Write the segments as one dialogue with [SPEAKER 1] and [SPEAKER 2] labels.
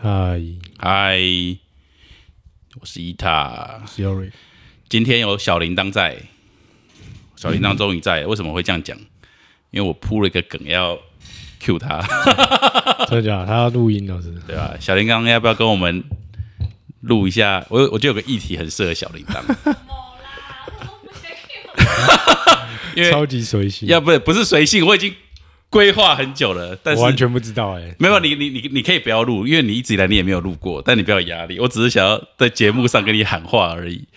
[SPEAKER 1] 嗨
[SPEAKER 2] 嗨，我是伊塔，
[SPEAKER 1] ，Siri，
[SPEAKER 2] 今天有小铃铛在，小铃铛终于在了。为什么会这样讲？因为我铺了一个梗要 Q 他，
[SPEAKER 1] 真的假的？他要录音了是不是？
[SPEAKER 2] 对吧？小铃铛要不要跟我们录一下？我我就有个议题很适合小铃铛， 因为
[SPEAKER 1] 超级随性，
[SPEAKER 2] 要不不是随性，我已经规划很久了，但
[SPEAKER 1] 我
[SPEAKER 2] 是
[SPEAKER 1] 完全不知道
[SPEAKER 3] 欸
[SPEAKER 1] 哎、
[SPEAKER 2] 没有，你你你你可以不要录，因为你一直以来你也没有录过，但你不要有压力。我只是想要在节目上跟你喊话而已。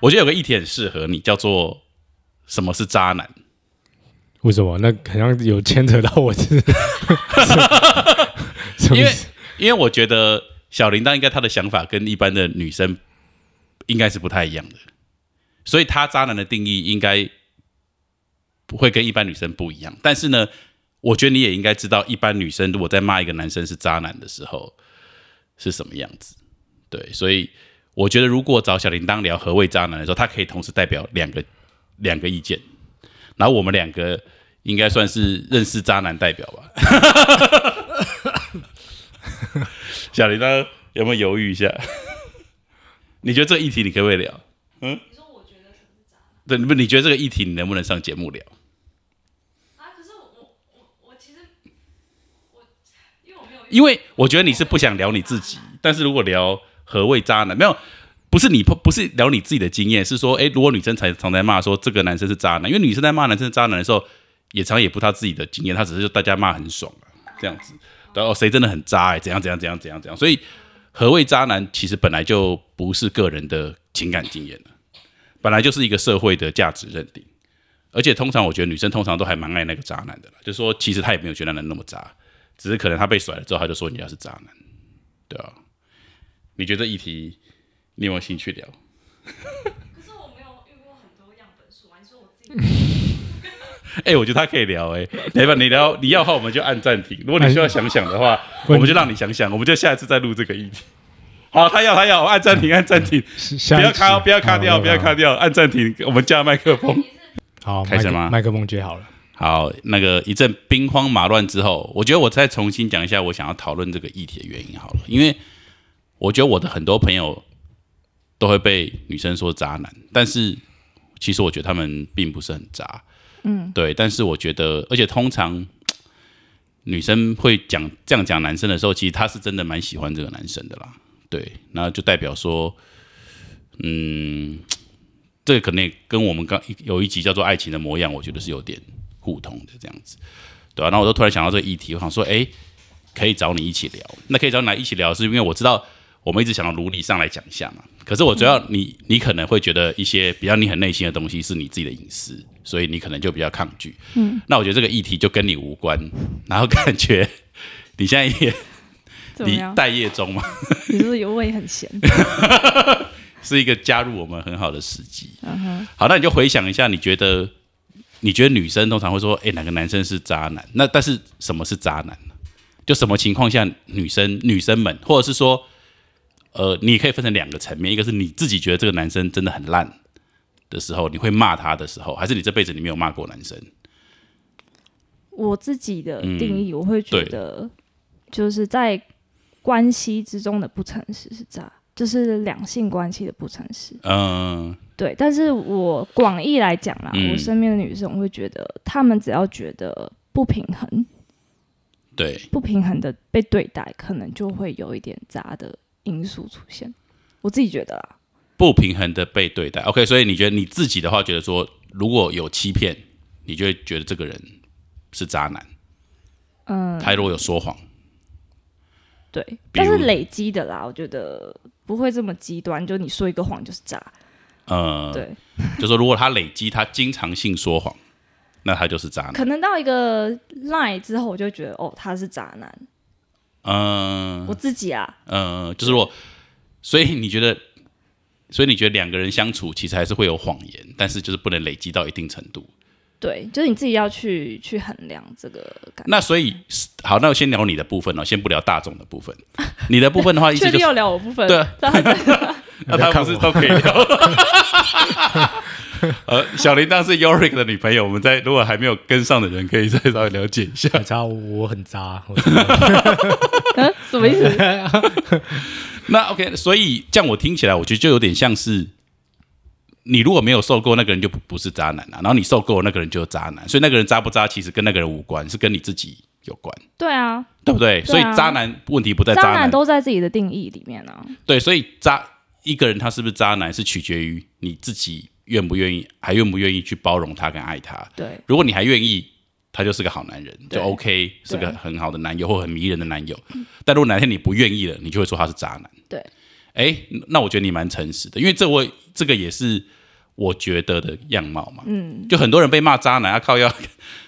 [SPEAKER 2] 我觉得有个议题很适合你，叫做“什么是渣男
[SPEAKER 1] 为什么？那好像有牵扯到我 是，什”，么
[SPEAKER 2] 因
[SPEAKER 1] 意
[SPEAKER 2] 为
[SPEAKER 1] 思？
[SPEAKER 2] 因为我觉得小铃铛应该她的想法跟一般的女生应该是不太一样的，所以她渣男的定义应该不会跟一般女生不一样。但是呢，我觉得你也应该知道，一般女生如果在骂一个男生是渣男的时候是什么样子。对，所以我觉得如果找小铃铛聊何谓渣男的时候，他可以同时代表两个两个意见，然后我们两个应该算是认识渣男代表吧。小铃铛有没有犹豫一下？ 你觉得这个议题你可不可以聊？
[SPEAKER 4] 你说我觉得什么是渣男
[SPEAKER 2] 对，不，你觉得这个议题你能不能上节目聊？
[SPEAKER 4] 啊？可是我我我我其实我因为我没有遇
[SPEAKER 2] 因为我觉得你是不想聊你自己，但是如果聊何谓渣男，没有，不是你不不是聊你自己的经验，是说，诶，如果女生才常在骂说这个男生是渣男，因为女生在骂男生是渣男的时候，也常也不她自己的经验，她只是就大家骂很爽啊，这样子，然后谁真的很渣诶，怎样怎样怎样怎样怎样，所以何谓渣男，其实本来就不是个人的情感经验了，本来就是一个社会的价值认定。而且通常我觉得女生通常都还蛮爱那个渣男的啦，就说其实她也没有觉得那男人那么渣，只是可能他被甩了之后，他就说人家是渣男，对啊。你觉得这议题你有没有兴趣聊？
[SPEAKER 4] 可是我没有遇过很多样本数啊。你说我自己
[SPEAKER 2] 哎、我觉得他可以聊、哎，来吧，你聊，你要的话我们就按暂停。如果你需要想想的话，
[SPEAKER 1] 然
[SPEAKER 2] 我们就让你想想，我们就下一次再录这个议题。好，他要他要，按暂停，按暂停，
[SPEAKER 1] 下
[SPEAKER 2] 不要
[SPEAKER 1] 一集
[SPEAKER 2] 卡哦，不要卡
[SPEAKER 1] 好
[SPEAKER 2] 掉，不要卡掉，按暂停，我们加麦克风。
[SPEAKER 1] 好，
[SPEAKER 2] 开始
[SPEAKER 1] 麦克
[SPEAKER 2] 吗
[SPEAKER 1] 麦克风接好了，
[SPEAKER 2] 好，那个一阵兵荒马乱之后，我觉得我再重新讲一下我想要讨论这个议题的原因好了，因为我觉得我的很多朋友都会被女生说渣男，但是其实我觉得他们并不是很渣，嗯，对，但是我觉得，而且通常女生会讲这样讲男生的时候，其实她是真的蛮喜欢这个男生的啦，对，那就代表说，嗯，这个可能也跟我们刚有一集叫做《爱情的模样》，我觉得是有点。互通的这样子，对吧、啊？那我就突然想到这个议题，我想说，哎、可以找你一起聊。那可以找你来一起聊，是因为我知道我们一直想要卢你上来讲一下嘛。可是我主要
[SPEAKER 5] 嗯
[SPEAKER 2] 你，你可能会觉得一些比较你很内心的东西是你自己的隐私，所以你可能就比较抗拒。嗯，那我觉得这个议题就跟你无关，然后感觉 你现在也
[SPEAKER 5] 怎么
[SPEAKER 2] 你
[SPEAKER 5] 样？
[SPEAKER 2] 待业中嘛，
[SPEAKER 5] 你是不是有胃很闲？
[SPEAKER 2] 是一个加入我们很好的时机。
[SPEAKER 5] 嗯哼，
[SPEAKER 2] 好，那你就回想一下，你觉得你觉得女生通常会说，哎、哪个男生是渣男？那但是什么是渣男呢？就什么情况下女生女生们，或者是说，呃，你可以分成两个层面，一个是你自己觉得这个男生真的很烂的时候，你会骂他的时候，还是你这辈子你没有骂过男生？
[SPEAKER 5] 我自己的定义，我会觉得就是在关系之中的不诚实是渣，就是两性关系的不诚实。
[SPEAKER 2] 嗯、
[SPEAKER 5] 对，但是我广义来讲啦，
[SPEAKER 2] 嗯
[SPEAKER 5] 我身边的女生，我会觉得她们只要觉得不平衡，
[SPEAKER 2] 对，
[SPEAKER 5] 不平衡的被对待，可能就会有一点渣的因素出现。我自己觉得啦，
[SPEAKER 2] 不平衡的被对待。OK，所以你觉得你自己的话，觉得说如果有欺骗，你就会觉得这个人是渣男。嗯，他如果有说谎，
[SPEAKER 5] 对，
[SPEAKER 2] 比如
[SPEAKER 5] 但是累积的啦，我觉得不会这么极端，就你说一个谎就是渣。
[SPEAKER 2] 呃，
[SPEAKER 5] 对，
[SPEAKER 2] 就说如果他累积他经常性说谎，那他就是渣男。
[SPEAKER 5] 可能到一个 line 之后，我就觉得哦，他是渣男。
[SPEAKER 2] 嗯
[SPEAKER 5] 我自己啊，
[SPEAKER 2] 嗯、呃就是如果，所以你觉得，所以你觉得两个人相处其实还是会有谎言，但是就是不能累积到一定程度。
[SPEAKER 5] 对，就是你自己要去去衡量这个感觉。
[SPEAKER 2] 那所以好，那我先聊你的部分哦，先不聊大众的部分。你的部分的话，意
[SPEAKER 5] 确
[SPEAKER 2] 思就
[SPEAKER 5] 定
[SPEAKER 2] 是
[SPEAKER 5] 要聊我部分？
[SPEAKER 2] 对啊
[SPEAKER 5] 那他在
[SPEAKER 2] 那他不是都可以聊？ 呃，小铃铛是 Yorick 的女朋友，我们在如果还没有跟上的人，可以再稍微了解一下。
[SPEAKER 3] 很渣，我很渣，我
[SPEAKER 5] 嗯什么意 思？
[SPEAKER 2] 那 OK，所以这样我听起来，我觉得就有点像是，你如果没有受够，那个人就不不是渣男啊了、然后你受够，那个人就是渣男。所以那个人渣不渣，其实跟那个人无关，是跟你自己有关，
[SPEAKER 5] 对啊，
[SPEAKER 2] 对不对？所以
[SPEAKER 5] 对啊
[SPEAKER 2] 渣男问题不在
[SPEAKER 5] 渣
[SPEAKER 2] 渣
[SPEAKER 5] 男都在自己的定义里面啊。
[SPEAKER 2] 对，所以渣一个人他是不是渣男，是取决于你自己愿不愿意，还愿不愿意去包容他跟爱他。
[SPEAKER 5] 对，
[SPEAKER 2] 如果你还愿意，他就是个好男人，就
[SPEAKER 5] 对
[SPEAKER 2] OK，是个
[SPEAKER 5] 对
[SPEAKER 2] 很好的男友或很迷人的男友。但如果哪天你不愿意了，你就会说他是渣男。
[SPEAKER 5] 对，
[SPEAKER 2] 哎，那我觉得你蛮诚实的，因为这我这个也是我觉得的样貌嘛。
[SPEAKER 5] 嗯，哦
[SPEAKER 2] 就很多人被骂渣男，啊靠要，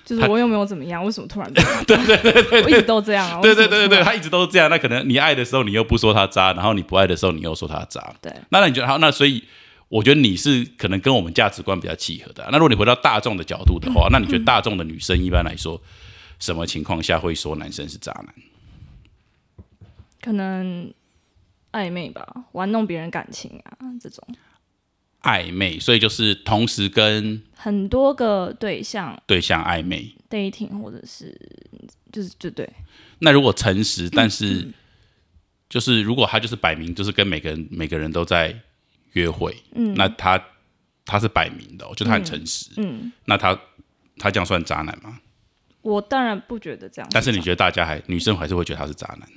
[SPEAKER 5] 就是我又没有怎么样，为什么突然变？ 对对对对，我一直都这样啊。
[SPEAKER 2] 对对对对对，
[SPEAKER 5] 为什么
[SPEAKER 2] 他一直都是这样。那可能你爱的时候你又不说他渣，然后你不爱的时候你又说他渣。
[SPEAKER 5] 突然对，
[SPEAKER 2] 那那你觉得好？那所以我觉得你是可能跟我们价值观比较契合的啊、那如果你回到大众的角度的
[SPEAKER 5] 嗯
[SPEAKER 2] 话，那你觉得大众的女生一般来说，什么情况下会说男生是渣男？
[SPEAKER 5] 可能暧昧吧，玩弄别人感情啊，这种
[SPEAKER 2] 暧昧，所以就是同时跟
[SPEAKER 5] 很多个对象
[SPEAKER 2] 对象暧昧。
[SPEAKER 5] dating 或者是就是就对，
[SPEAKER 2] 那如果诚实，但
[SPEAKER 5] 嗯
[SPEAKER 2] 是就是如果他就是摆明就是跟每个人每个人都在约会，
[SPEAKER 5] 嗯
[SPEAKER 2] 那他他是摆明的哦、就他很诚实，
[SPEAKER 5] 嗯，
[SPEAKER 2] 那他他这样算渣男吗？
[SPEAKER 5] 我当然不觉得这样渣，
[SPEAKER 2] 但是你觉得大家还女生还是会觉得他是渣男？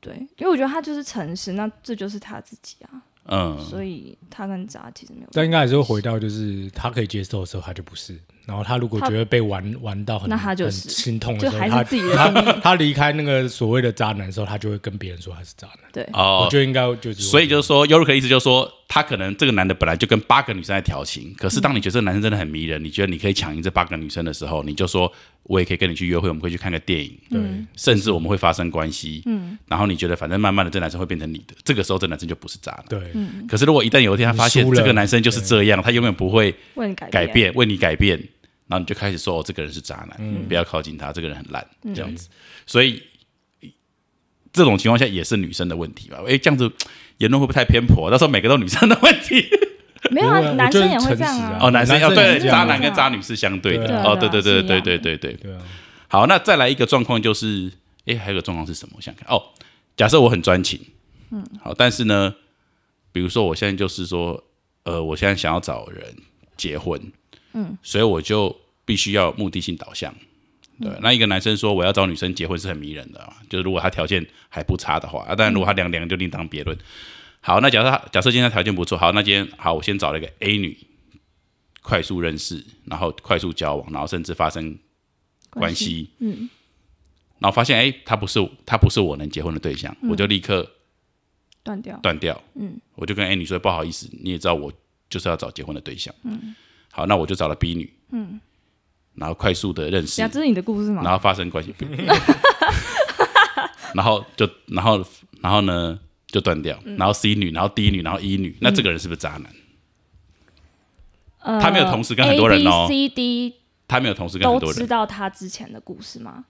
[SPEAKER 5] 对，因为我觉得他就是诚实，那这就是他自己啊，
[SPEAKER 2] 嗯，
[SPEAKER 5] 所以他跟渣其实没有。
[SPEAKER 3] 但应该还是会回到，就是他可以接受的时候，他就不是。然后他如果
[SPEAKER 5] 他
[SPEAKER 3] 觉得被 玩玩到很
[SPEAKER 5] 那他就
[SPEAKER 3] 很
[SPEAKER 5] 是
[SPEAKER 3] 心痛的
[SPEAKER 5] 就
[SPEAKER 3] 时
[SPEAKER 5] 还
[SPEAKER 3] 候，他
[SPEAKER 5] 是自己的
[SPEAKER 3] 他 他离开那个所谓的渣男的时候，他就会跟别人说他是渣男。
[SPEAKER 5] 对，
[SPEAKER 2] 哦
[SPEAKER 3] 我，就应该就是，
[SPEAKER 2] 所以就是说，尤瑞克的意思就是说，他可能这个男的本来就跟八个女生在调情，可是当你觉得这个男生真的很迷人，你觉得你可以抢赢这八个女生的时候，你就说我也可以跟你去约会，我们可以去看个电影，
[SPEAKER 3] 对
[SPEAKER 2] 甚至我们会发生关系。嗯，然后你觉得反正慢慢的这男生会变成你的，这个时候这男生就不是渣男。
[SPEAKER 3] 对，
[SPEAKER 2] 可是如果一旦有一天他发现
[SPEAKER 3] 你输了
[SPEAKER 2] 这个男生就是这样，他永远不会
[SPEAKER 5] 为你改
[SPEAKER 2] 改变，为你改变，然后你就开始说哦，这个人是渣男，不要靠近他，这个人很烂，这样子。所以这种情况下也是女生的问题吧？哎，这样子言论会不会太偏颇？到时候每个都女生的问题
[SPEAKER 5] 没有
[SPEAKER 3] 不会
[SPEAKER 5] 啊，
[SPEAKER 3] 啊
[SPEAKER 5] 男
[SPEAKER 3] 我觉
[SPEAKER 5] 生
[SPEAKER 3] 得
[SPEAKER 5] 也会
[SPEAKER 3] 诚
[SPEAKER 5] 这样
[SPEAKER 3] 实
[SPEAKER 5] 啊
[SPEAKER 3] 啊。
[SPEAKER 2] 哦，男生哦，
[SPEAKER 3] 男生也
[SPEAKER 2] 对，
[SPEAKER 3] 是这样
[SPEAKER 2] 渣男跟渣女是相对的
[SPEAKER 3] 对啊
[SPEAKER 2] 哦，
[SPEAKER 5] 对
[SPEAKER 2] 对对对
[SPEAKER 5] 啊是一
[SPEAKER 2] 对
[SPEAKER 5] 样
[SPEAKER 2] 对对对。
[SPEAKER 3] 对啊，
[SPEAKER 2] 好，那再来一个状况就是，哎，还有个状况是什么？我想看哦，假设我很专情，嗯，好，但是呢，比如说我现在就是说，呃，我现在想要找人结婚，嗯，所以我就必须要目的性导向。对，
[SPEAKER 3] 嗯
[SPEAKER 2] 那一个男生说我要找女生结婚是很迷人的嘛，就是如果他条件还不差的话，啊，当然
[SPEAKER 3] 嗯
[SPEAKER 2] 如果他凉凉就另当别论。好，那假设他假设今天他条件不错，好，那今天好，我先找了一个 A 女，快速认识，然后快速交往，然后甚至发生关系，嗯，然后发现哎、他不是他不是我能结婚的对象，我就立刻
[SPEAKER 5] 断掉，
[SPEAKER 2] 断掉，嗯，我就跟 A 女说不好意思，你也知道我就是要找结婚的对象，嗯，好，那我就找了 B 女，嗯，然后快速的认识
[SPEAKER 5] 呀，，这是你的故事吗？
[SPEAKER 2] 然后发生关系， 然后就然后然后呢就断掉，然后 C 女，然后 D 女，然后 E 女，那这个人是不是渣男？
[SPEAKER 5] 呃
[SPEAKER 2] 他没有同时跟很多人哦
[SPEAKER 5] A B C D
[SPEAKER 2] 他没有同时跟很
[SPEAKER 5] 都
[SPEAKER 2] 多
[SPEAKER 5] 知
[SPEAKER 2] 人，哦
[SPEAKER 5] 道他之前的故事吗？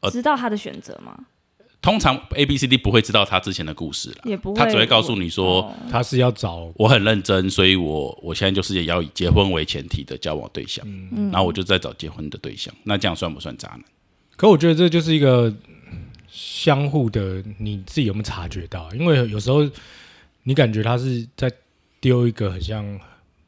[SPEAKER 2] 呃
[SPEAKER 5] 知道他的选择吗？
[SPEAKER 2] 通常 A B C D 不会知道他之前的故事了，
[SPEAKER 5] 也不会，
[SPEAKER 2] 他只会告诉你说。
[SPEAKER 5] 哦
[SPEAKER 3] 他是要找
[SPEAKER 2] 我很认真，所以我我现在就是也要以结婚为前提的交往对象，
[SPEAKER 5] 嗯
[SPEAKER 2] 然后我就在找结婚的对象，那这样算不算渣男？
[SPEAKER 3] 可我觉得这就是一个相互的，你自己有没有察觉到？啊因为有时候你感觉他是在丢一个很像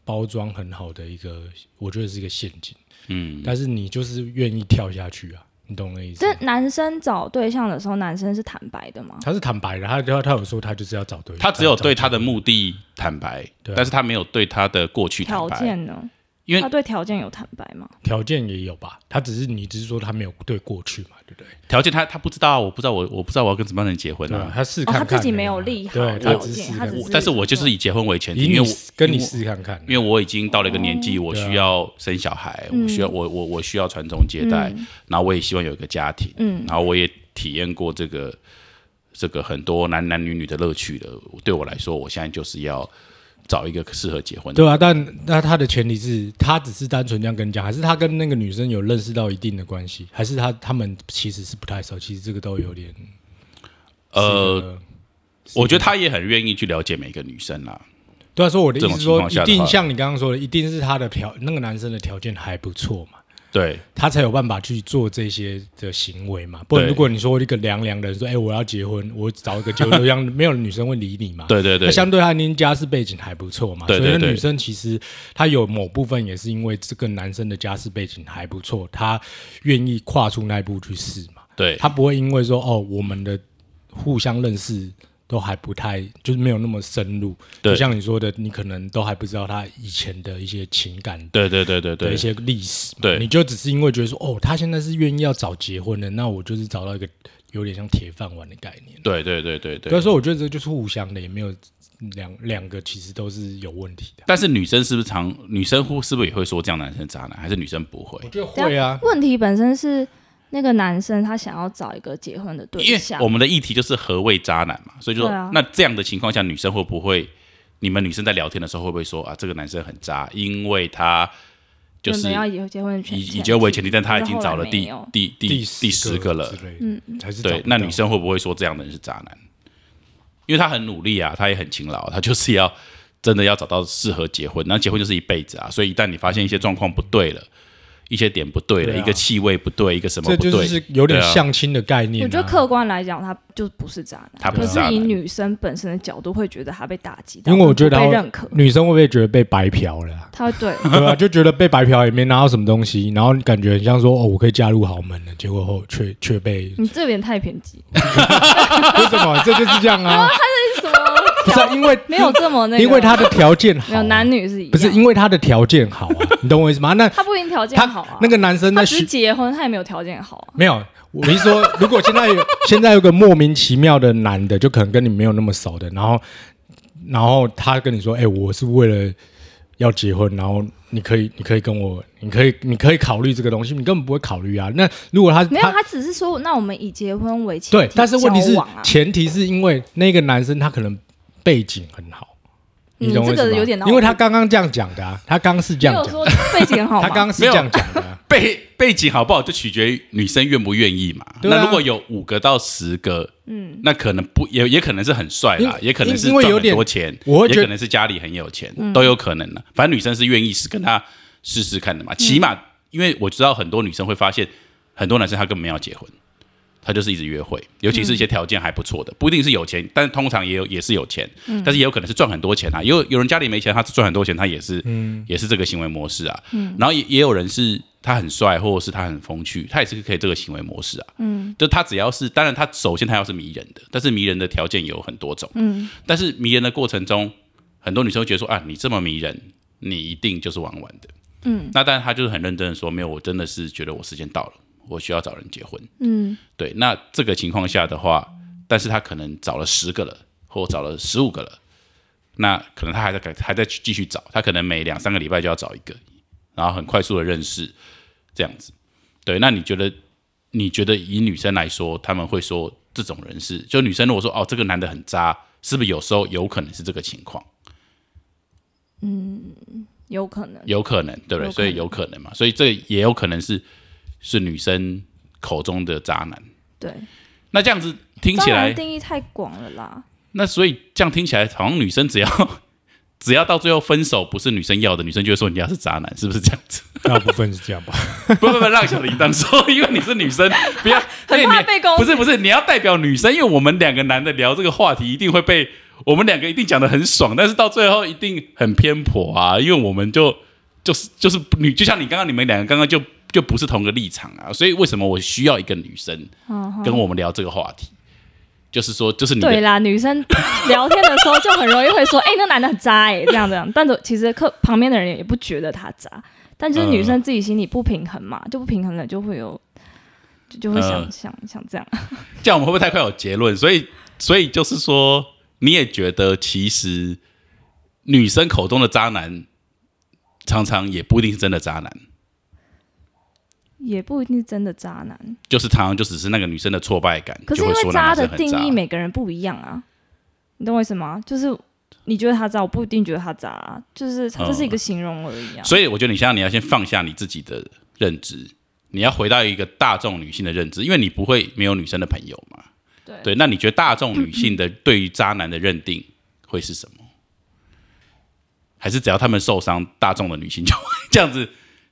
[SPEAKER 3] 包装很好的一个，我觉得是一个陷阱，
[SPEAKER 2] 嗯，
[SPEAKER 3] 但是你就是愿意跳下去啊，你懂我的意思
[SPEAKER 5] 这
[SPEAKER 3] 吗？
[SPEAKER 5] 男生找对象的时候，男生是坦白的吗？
[SPEAKER 3] 他是坦白的，他他他有说他就是要找对，
[SPEAKER 2] 他只有对他的
[SPEAKER 3] 找
[SPEAKER 2] 目的坦白，
[SPEAKER 3] 对啊
[SPEAKER 2] 但是他没有对他的过去坦
[SPEAKER 5] 条
[SPEAKER 2] 白，
[SPEAKER 5] 件呢？
[SPEAKER 2] 因为
[SPEAKER 5] 他对条件有坦白吗？
[SPEAKER 3] 条件也有吧，他只是你只是说他没有对过去嘛，对不对？
[SPEAKER 2] 条件他他不知道啊，我不知道我我不知道我要跟什么样的人结婚
[SPEAKER 3] 对啊，
[SPEAKER 2] 啊，
[SPEAKER 3] 他试
[SPEAKER 5] 哦，
[SPEAKER 3] 看
[SPEAKER 5] 他
[SPEAKER 3] 看、
[SPEAKER 5] 自己没有利好
[SPEAKER 3] 对，啊他
[SPEAKER 5] 条
[SPEAKER 3] 只是
[SPEAKER 5] 件，
[SPEAKER 3] 试
[SPEAKER 5] 他
[SPEAKER 3] 看
[SPEAKER 5] 只
[SPEAKER 3] 看
[SPEAKER 5] 是，
[SPEAKER 2] 但是我就是以结婚为前提，
[SPEAKER 3] 以
[SPEAKER 2] 因为
[SPEAKER 3] 你
[SPEAKER 2] 我
[SPEAKER 3] 跟你试看看，
[SPEAKER 2] 因为我已经到了一个年纪，我
[SPEAKER 3] 对啊
[SPEAKER 2] 需要生小孩，
[SPEAKER 5] 嗯
[SPEAKER 2] 我需要我我我需要传宗接代，然后我也希望有一个家庭，
[SPEAKER 5] 嗯
[SPEAKER 2] 然后我也体验过这个这个很多男男女女的乐趣了。对我来说，我现在就是要找一个适合结婚的。
[SPEAKER 3] 对啊，但那他的前提是他只是单纯这样跟你讲，还是他跟那个女生有认识到一定的关系，还是他他们其实是不太熟？其实这个都有点
[SPEAKER 2] 呃呃，我觉得他也很愿意去了解每个女生啦。
[SPEAKER 3] 对啊，所以我的意
[SPEAKER 2] 这
[SPEAKER 3] 思
[SPEAKER 2] 种
[SPEAKER 3] 是
[SPEAKER 2] 情
[SPEAKER 3] 说，
[SPEAKER 2] 况下
[SPEAKER 3] 一
[SPEAKER 2] 的
[SPEAKER 3] 定
[SPEAKER 2] 话
[SPEAKER 3] 像你刚刚说的，一定是他的条那个男生的条件还不错嘛，
[SPEAKER 2] 对
[SPEAKER 3] 他才有办法去做这些的行为嘛。不然
[SPEAKER 2] 对
[SPEAKER 3] 如果你说一个凉凉的人说，哎、我要结婚，我找一个结婚对象，没有女生会理你嘛。
[SPEAKER 2] 对对对
[SPEAKER 3] 那，相对他您家世背景还不错嘛，
[SPEAKER 2] 对
[SPEAKER 3] 所以
[SPEAKER 2] 对
[SPEAKER 3] 那
[SPEAKER 2] 对
[SPEAKER 3] 女生其实她有某部分也是因为这个男生的家世背景还不错，她愿意跨出那一步去试嘛。
[SPEAKER 2] 对
[SPEAKER 3] 她不会因为说哦，我们的互相认识都还不太，就是没有那么深入。
[SPEAKER 2] 对
[SPEAKER 3] 就像你说的，你可能都还不知道他以前的一些情感
[SPEAKER 2] 对对对对
[SPEAKER 3] 的
[SPEAKER 2] 对
[SPEAKER 3] 一，些历史嘛。
[SPEAKER 2] 对
[SPEAKER 3] 你就只是因为觉得说哦，他现在是愿意要找结婚的，那我就是找到一个有点像铁饭碗的概念。
[SPEAKER 2] 对对对对对
[SPEAKER 3] 所以。说，我觉得这就是互相的，也没有两两个其实都是有问题的。
[SPEAKER 2] 但是女生是不是常女生会是不是也会说这样男生渣男，还是女生不会？
[SPEAKER 3] 觉得
[SPEAKER 5] 会
[SPEAKER 3] 啊，
[SPEAKER 5] 问题本身是那个男生他想要找一个结婚的对
[SPEAKER 2] 因为
[SPEAKER 5] 象，
[SPEAKER 2] 我们的议题就是何谓渣男嘛，所以就说、
[SPEAKER 5] 对啊
[SPEAKER 2] 那这样的情况下，女生会不会？你们女生在聊天的时候会不会说啊，这个男生很渣，因为他就
[SPEAKER 5] 原
[SPEAKER 2] 是
[SPEAKER 5] 本要以结婚的前
[SPEAKER 2] 以
[SPEAKER 5] 提
[SPEAKER 2] 以结为前提，但他已经找了
[SPEAKER 5] 但是
[SPEAKER 2] 第
[SPEAKER 5] 后来没有
[SPEAKER 2] 第第
[SPEAKER 3] 第
[SPEAKER 2] 第十个了
[SPEAKER 3] 之，类的，嗯，还是找
[SPEAKER 2] 对
[SPEAKER 3] 不，
[SPEAKER 2] 那
[SPEAKER 3] 到
[SPEAKER 2] 女生会不会说这样的人是渣男？因为他很努力啊，他也很勤劳，他就是要真的要找到适合结婚，那结婚就是一辈子啊。所以一旦你发现一些状况不对了，一些点不对了，
[SPEAKER 3] 对啊
[SPEAKER 2] 一个气味不对，一个什么
[SPEAKER 3] 这
[SPEAKER 2] 不对，
[SPEAKER 3] 就是有点
[SPEAKER 2] 对啊
[SPEAKER 3] 相亲的概念啊。
[SPEAKER 5] 我觉得客观来讲，他就不是渣男，
[SPEAKER 2] 他不
[SPEAKER 5] 可
[SPEAKER 2] 是
[SPEAKER 5] 是
[SPEAKER 2] 渣男
[SPEAKER 5] 以女生本身的角度会觉得他被打击到，
[SPEAKER 3] 因为我觉得
[SPEAKER 5] 不被
[SPEAKER 3] 她
[SPEAKER 5] 认可，？
[SPEAKER 3] 女生会不会觉得被白嫖了 啊
[SPEAKER 5] 他会对
[SPEAKER 3] 对吧？就觉得被白嫖也没拿到什么东西，然后感觉很像说哦，我可以嫁入豪门了，结果后却却 被
[SPEAKER 5] 你这边太偏激，
[SPEAKER 3] 为什么？这就是这样啊，
[SPEAKER 5] 为什么
[SPEAKER 3] 不是啊因为
[SPEAKER 5] 哦 没有这么那个？
[SPEAKER 3] 因为他的条件好
[SPEAKER 5] 没
[SPEAKER 3] 啊，
[SPEAKER 5] 有男女是一样，
[SPEAKER 3] 不是因为他的条件好啊，你懂我意思吗？那
[SPEAKER 5] 他不一定条件
[SPEAKER 3] 他
[SPEAKER 5] 好啊，
[SPEAKER 3] 那个男生
[SPEAKER 5] 他
[SPEAKER 3] 在
[SPEAKER 5] 只
[SPEAKER 3] 学
[SPEAKER 5] 是结婚，他也没有条件好啊。
[SPEAKER 3] 没有，我是 说，如果现在有现在有个莫名其妙的男的，就可能跟你没有那么熟的，然后然后他跟你说，哎、我是为了要结婚，然后你可以你可以跟我，你可以你可以考虑这个东西，你根本不会考虑啊。那如果他
[SPEAKER 5] 没有，
[SPEAKER 3] 他
[SPEAKER 5] 他只是说，那我们以结婚为前提
[SPEAKER 3] 对，但是问题是
[SPEAKER 5] 交往啊，
[SPEAKER 3] 前提是因为那个男生他可能背景很好，
[SPEAKER 5] 嗯
[SPEAKER 3] 懂我意思
[SPEAKER 5] 这个
[SPEAKER 3] 吗
[SPEAKER 5] 有点闹
[SPEAKER 3] 因为他刚刚这样讲的啊，他刚刚是这
[SPEAKER 5] 没
[SPEAKER 3] 样
[SPEAKER 5] 有
[SPEAKER 3] 讲
[SPEAKER 5] 说
[SPEAKER 3] 的，
[SPEAKER 5] 背景好
[SPEAKER 3] 他
[SPEAKER 5] 吗？
[SPEAKER 3] 刚刚是
[SPEAKER 2] 没
[SPEAKER 3] 这
[SPEAKER 2] 有
[SPEAKER 3] 样讲的啊、
[SPEAKER 2] 背背景好不好，就取决于女生愿不愿意嘛。
[SPEAKER 3] 对啊
[SPEAKER 2] 那如果有五个到十个，嗯，那可能不也也可能是很帅啦，
[SPEAKER 3] 因
[SPEAKER 2] 也可能是
[SPEAKER 3] 因为
[SPEAKER 2] 赚
[SPEAKER 3] 有
[SPEAKER 2] 很
[SPEAKER 3] 点
[SPEAKER 2] 多钱，
[SPEAKER 3] 我会
[SPEAKER 2] 也
[SPEAKER 3] 觉得嗯
[SPEAKER 2] 可能是家里很有钱，都有可能的。反正女生是愿意是跟他试试看的
[SPEAKER 3] 嗯
[SPEAKER 2] 嘛，起码因为我知道很多女生会发现，很多男生他根本没有要结婚。他就是一直约会，尤其是一些条件还不错的，不一定是有钱，但是通常也有也是有钱，
[SPEAKER 3] 嗯
[SPEAKER 2] 但是也有可能是赚很多钱啊。也有有人家里没钱，他赚很多钱，他也是、
[SPEAKER 3] 嗯
[SPEAKER 2] 也是这个行为模式啊。然后也也有人是他很帅，或者是他很风趣，他也是可以这个行为模式啊。嗯，就他只要是，当然他首先他要是迷人的，但是迷人的条件有很多种。嗯，但是迷人的过程中，很多女生会觉得说啊，你这么迷人，你一定就是玩玩的。嗯，那但是他就是很认真的说，没有，我真的是觉得我时间到了，我需要找人结婚。对，那这个情况下的话，但是他可能找了十个了，或找了十五个了，那可能他还在改还在继续找，他可能每两三个礼拜就要找一个，然后很快速的认识这样子。对，那你觉得你觉得以女生来说，他们会说这种人是就女生如果说哦这个男的很渣，是不是有时候有可能是这个情况？
[SPEAKER 5] 有可能，
[SPEAKER 2] 有可能，对不对？
[SPEAKER 5] 有可能
[SPEAKER 2] 所以有可能嘛，所以这也有可能是是女生口中的渣男。
[SPEAKER 5] 对，
[SPEAKER 2] 那这样子听
[SPEAKER 5] 渣
[SPEAKER 2] 起来
[SPEAKER 5] 男，定义太广了啦。
[SPEAKER 2] 那所以这样听起来，好像女生只要 只要到最后分手不是女生要的，女生就会说你家是渣男，是不是这样子？
[SPEAKER 3] 大部分是这样吧。
[SPEAKER 2] 不不不，让小铃铛说， 因为你是女生，不要
[SPEAKER 5] 很
[SPEAKER 2] 因为
[SPEAKER 5] 怕
[SPEAKER 2] 你
[SPEAKER 5] 被攻击
[SPEAKER 2] 不是不是，你要代表女生，因为我们两个男的聊这个话题一定会被我们两个一定讲的很爽，但是到最后一定很偏颇啊，因为我们就就是就是女，就像你刚刚你们两个刚刚就就不是同个立场啊，所以为什么我需要一个女生
[SPEAKER 5] 嗯哼
[SPEAKER 2] 跟我们聊这个话题？就是说，就是
[SPEAKER 3] 嗯
[SPEAKER 2] 你的
[SPEAKER 5] 对啦，女生聊天的时候就很容易会说，哎、 那男的很渣哎、这样这样。但是其实客旁边的人也不觉得他渣，但就是女生自己心里不平衡嘛，就不平衡了，就会有就就会想、
[SPEAKER 2] 嗯
[SPEAKER 5] 想想这样。
[SPEAKER 2] 这样我们会不会太快有结论？所以，所以就是说，你也觉得其实女生口中的渣男，常常也不一定是真的渣男，
[SPEAKER 5] 也不一定是真的渣男，
[SPEAKER 2] 就是常常就只是那个女生的挫败感，
[SPEAKER 5] 可是
[SPEAKER 2] 就
[SPEAKER 5] 因
[SPEAKER 2] 会
[SPEAKER 5] 为
[SPEAKER 2] 说那
[SPEAKER 5] 渣
[SPEAKER 2] 男
[SPEAKER 5] 的
[SPEAKER 2] 生很
[SPEAKER 5] 定
[SPEAKER 2] 渣
[SPEAKER 5] 义。每个人不一样啊，你懂我意思吗？就是你觉得他渣，我不一定觉得他渣、啊，就是他这是一个形容而已啊。
[SPEAKER 2] 嗯所以我觉得你现在你要先放下你自己的认知，你要回到一个大众女性的认知，因为你不会没有女生的朋友嘛。
[SPEAKER 5] 对
[SPEAKER 2] 对，那你觉得大众女性的对于渣男的认定会是什么？还是只要他们受伤，大众的女性就 这样子，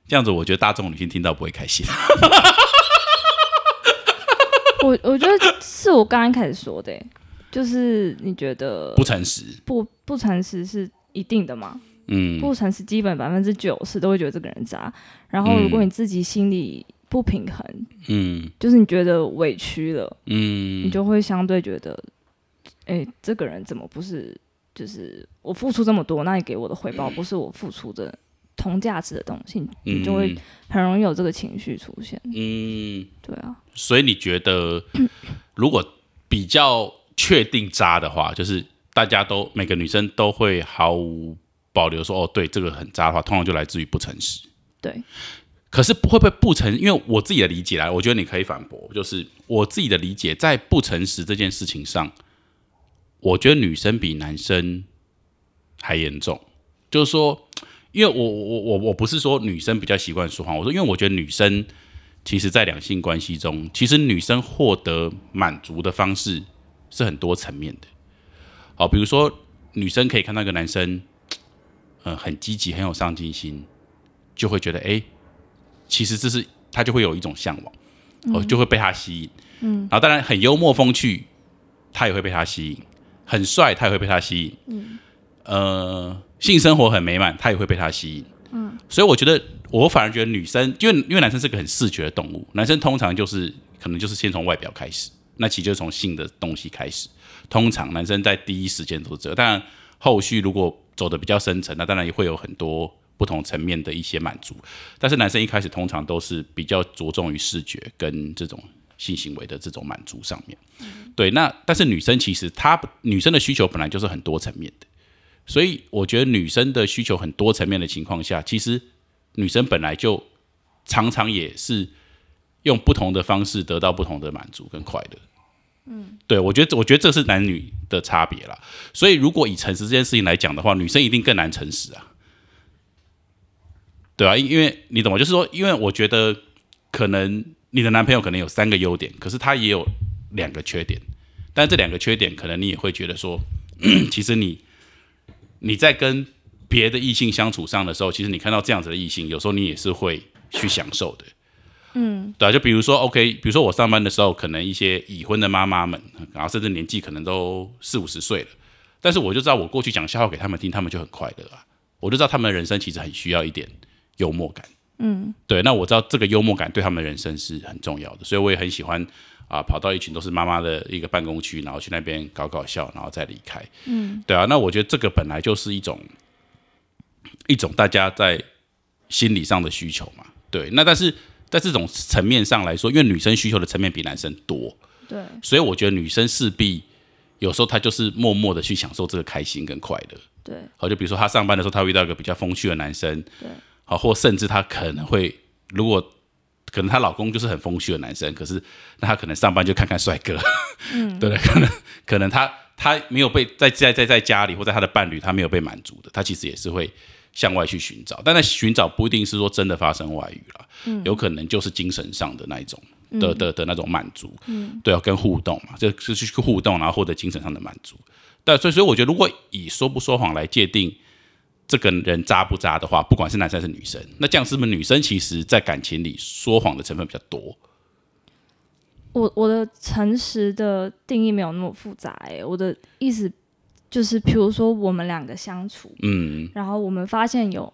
[SPEAKER 2] 这样子，我觉得大众女性听到不会开心。
[SPEAKER 5] 呃我我觉得是我刚刚开始说的欸、就是你觉得
[SPEAKER 2] 不诚实，
[SPEAKER 5] 不不诚实是一定的吗？
[SPEAKER 2] 嗯，
[SPEAKER 5] 不诚实基本百分之九十都会觉得这个人渣。然后如果你自己心里不平衡，
[SPEAKER 2] 嗯
[SPEAKER 5] 就是你觉得委屈了，你
[SPEAKER 2] 嗯，
[SPEAKER 5] 就会相对觉得，哎、这个人怎么不是？就是我付出这么多，那你给我的回报不是我付出的同价值的东西，你就会很容易有这个情绪出现。
[SPEAKER 2] 嗯，嗯
[SPEAKER 5] 对啊，
[SPEAKER 2] 所以你觉 得，如果比较确定渣的话，就是大家都每个女生都会毫无保留说，哦，对，这个很渣的话，通常就来自于不诚实。
[SPEAKER 5] 对，
[SPEAKER 2] 可是不会不会不诚，因为我自己的理解来，我觉得你可以反驳，就是我自己的理解，在不诚实这件事情上，我觉得女生比男生还严重。就是说，因为我我我我不是说女生比较习惯说谎，我说因为我觉得女生其实在两性关系中，其实女生获得满足的方式是很多层面的。好，比如说女生可以看到一个男生，呃，很积极，很有上进心，就会觉得哎。诶其实这是他就会有一种向往，哦，就会被他吸引。嗯，然后当然很幽默风趣，他也会被他吸引；很帅，他也会被他吸引。嗯，呃，性生活很美满，他也会被他吸引。嗯，所以我觉得，我反而觉得女生，因为因为男生是个很视觉的动物，男生通常就是可能就是先从外表开始，那其实就是从性的东西开始。通常男生在第一时间都是这样，当然后续如果走的比较深层，那当然也会有很多不同层面的一些满足。但是男生一开始通常都是比较着重于视觉跟这种性行为的这种满足上面。对，那但是女生其实她女生的需求本来就是很多层面的，所以我觉得女生的需求很多层面的情况下，其实女生本来就常常也是用不同的方式得到不同的满足跟快乐。嗯，对，我觉得我觉得这是男女的差别啦。所以如果以诚实这件事情来讲的话，女生一定更难诚实啊。对啊，因因为你懂吗？就是说，因为我觉得可能你的男朋友可能有三个优点，可是他也有两个缺点，但这两个缺点可能你也会觉得说， 其实你你在跟别的异性相处上的时候，其实你看到这样子的异性，有时候你也是会去享受的。嗯，对啊，就比如说，OK，比如说我上班的时候，可能一些已婚的妈妈们，然后甚至年纪可能都四五十岁了，但是我就知道我过去讲笑话给他们听，他们就很快乐啊，我就知道他们人生其实很需要一点幽默感。嗯，对，那我知道这个幽默感对他们人生是很重要的，所以我也很喜欢啊、跑到一群都是妈妈的一个办公区，然后去那边搞搞笑，然后再离开。嗯，对啊，那我觉得这个本来就是一种一种大家在心理上的需求嘛。对，那但是在这种层面上来说，因为女生需求的层面比男生多，
[SPEAKER 5] 对，
[SPEAKER 2] 所以我觉得女生势必有时候她就是默默的去享受这个开心跟快乐。
[SPEAKER 5] 对，
[SPEAKER 2] 好，就比如说她上班的时候，她遇到一个比较风趣的男生，
[SPEAKER 5] 对，
[SPEAKER 2] 好，或甚至她可能会，如果可能她老公就是很风趣的男生，可是那她可能上班就看看帅哥，嗯， 对不对？可能可能她她没有被在在在在家里或在她的伴侣，她没有被满足的，她其实也是会向外去寻找，但那寻找不一定是说真的发生外遇了，有可能就是精神上的那一种。的的的那种满足，对啊，跟互动嘛，这是去互动，然后获得精神上的满足。但所以，所以我觉得，如果以说不说谎来界定这个人渣不渣的话，不管是男生还是女生，那这样是不是女生其实在感情里说谎的成分比较多？
[SPEAKER 5] 我我的诚实的定义没有那么复杂、欸，我的意思就是，比如说我们两个相处，
[SPEAKER 2] 嗯，
[SPEAKER 5] 然后我们发现有，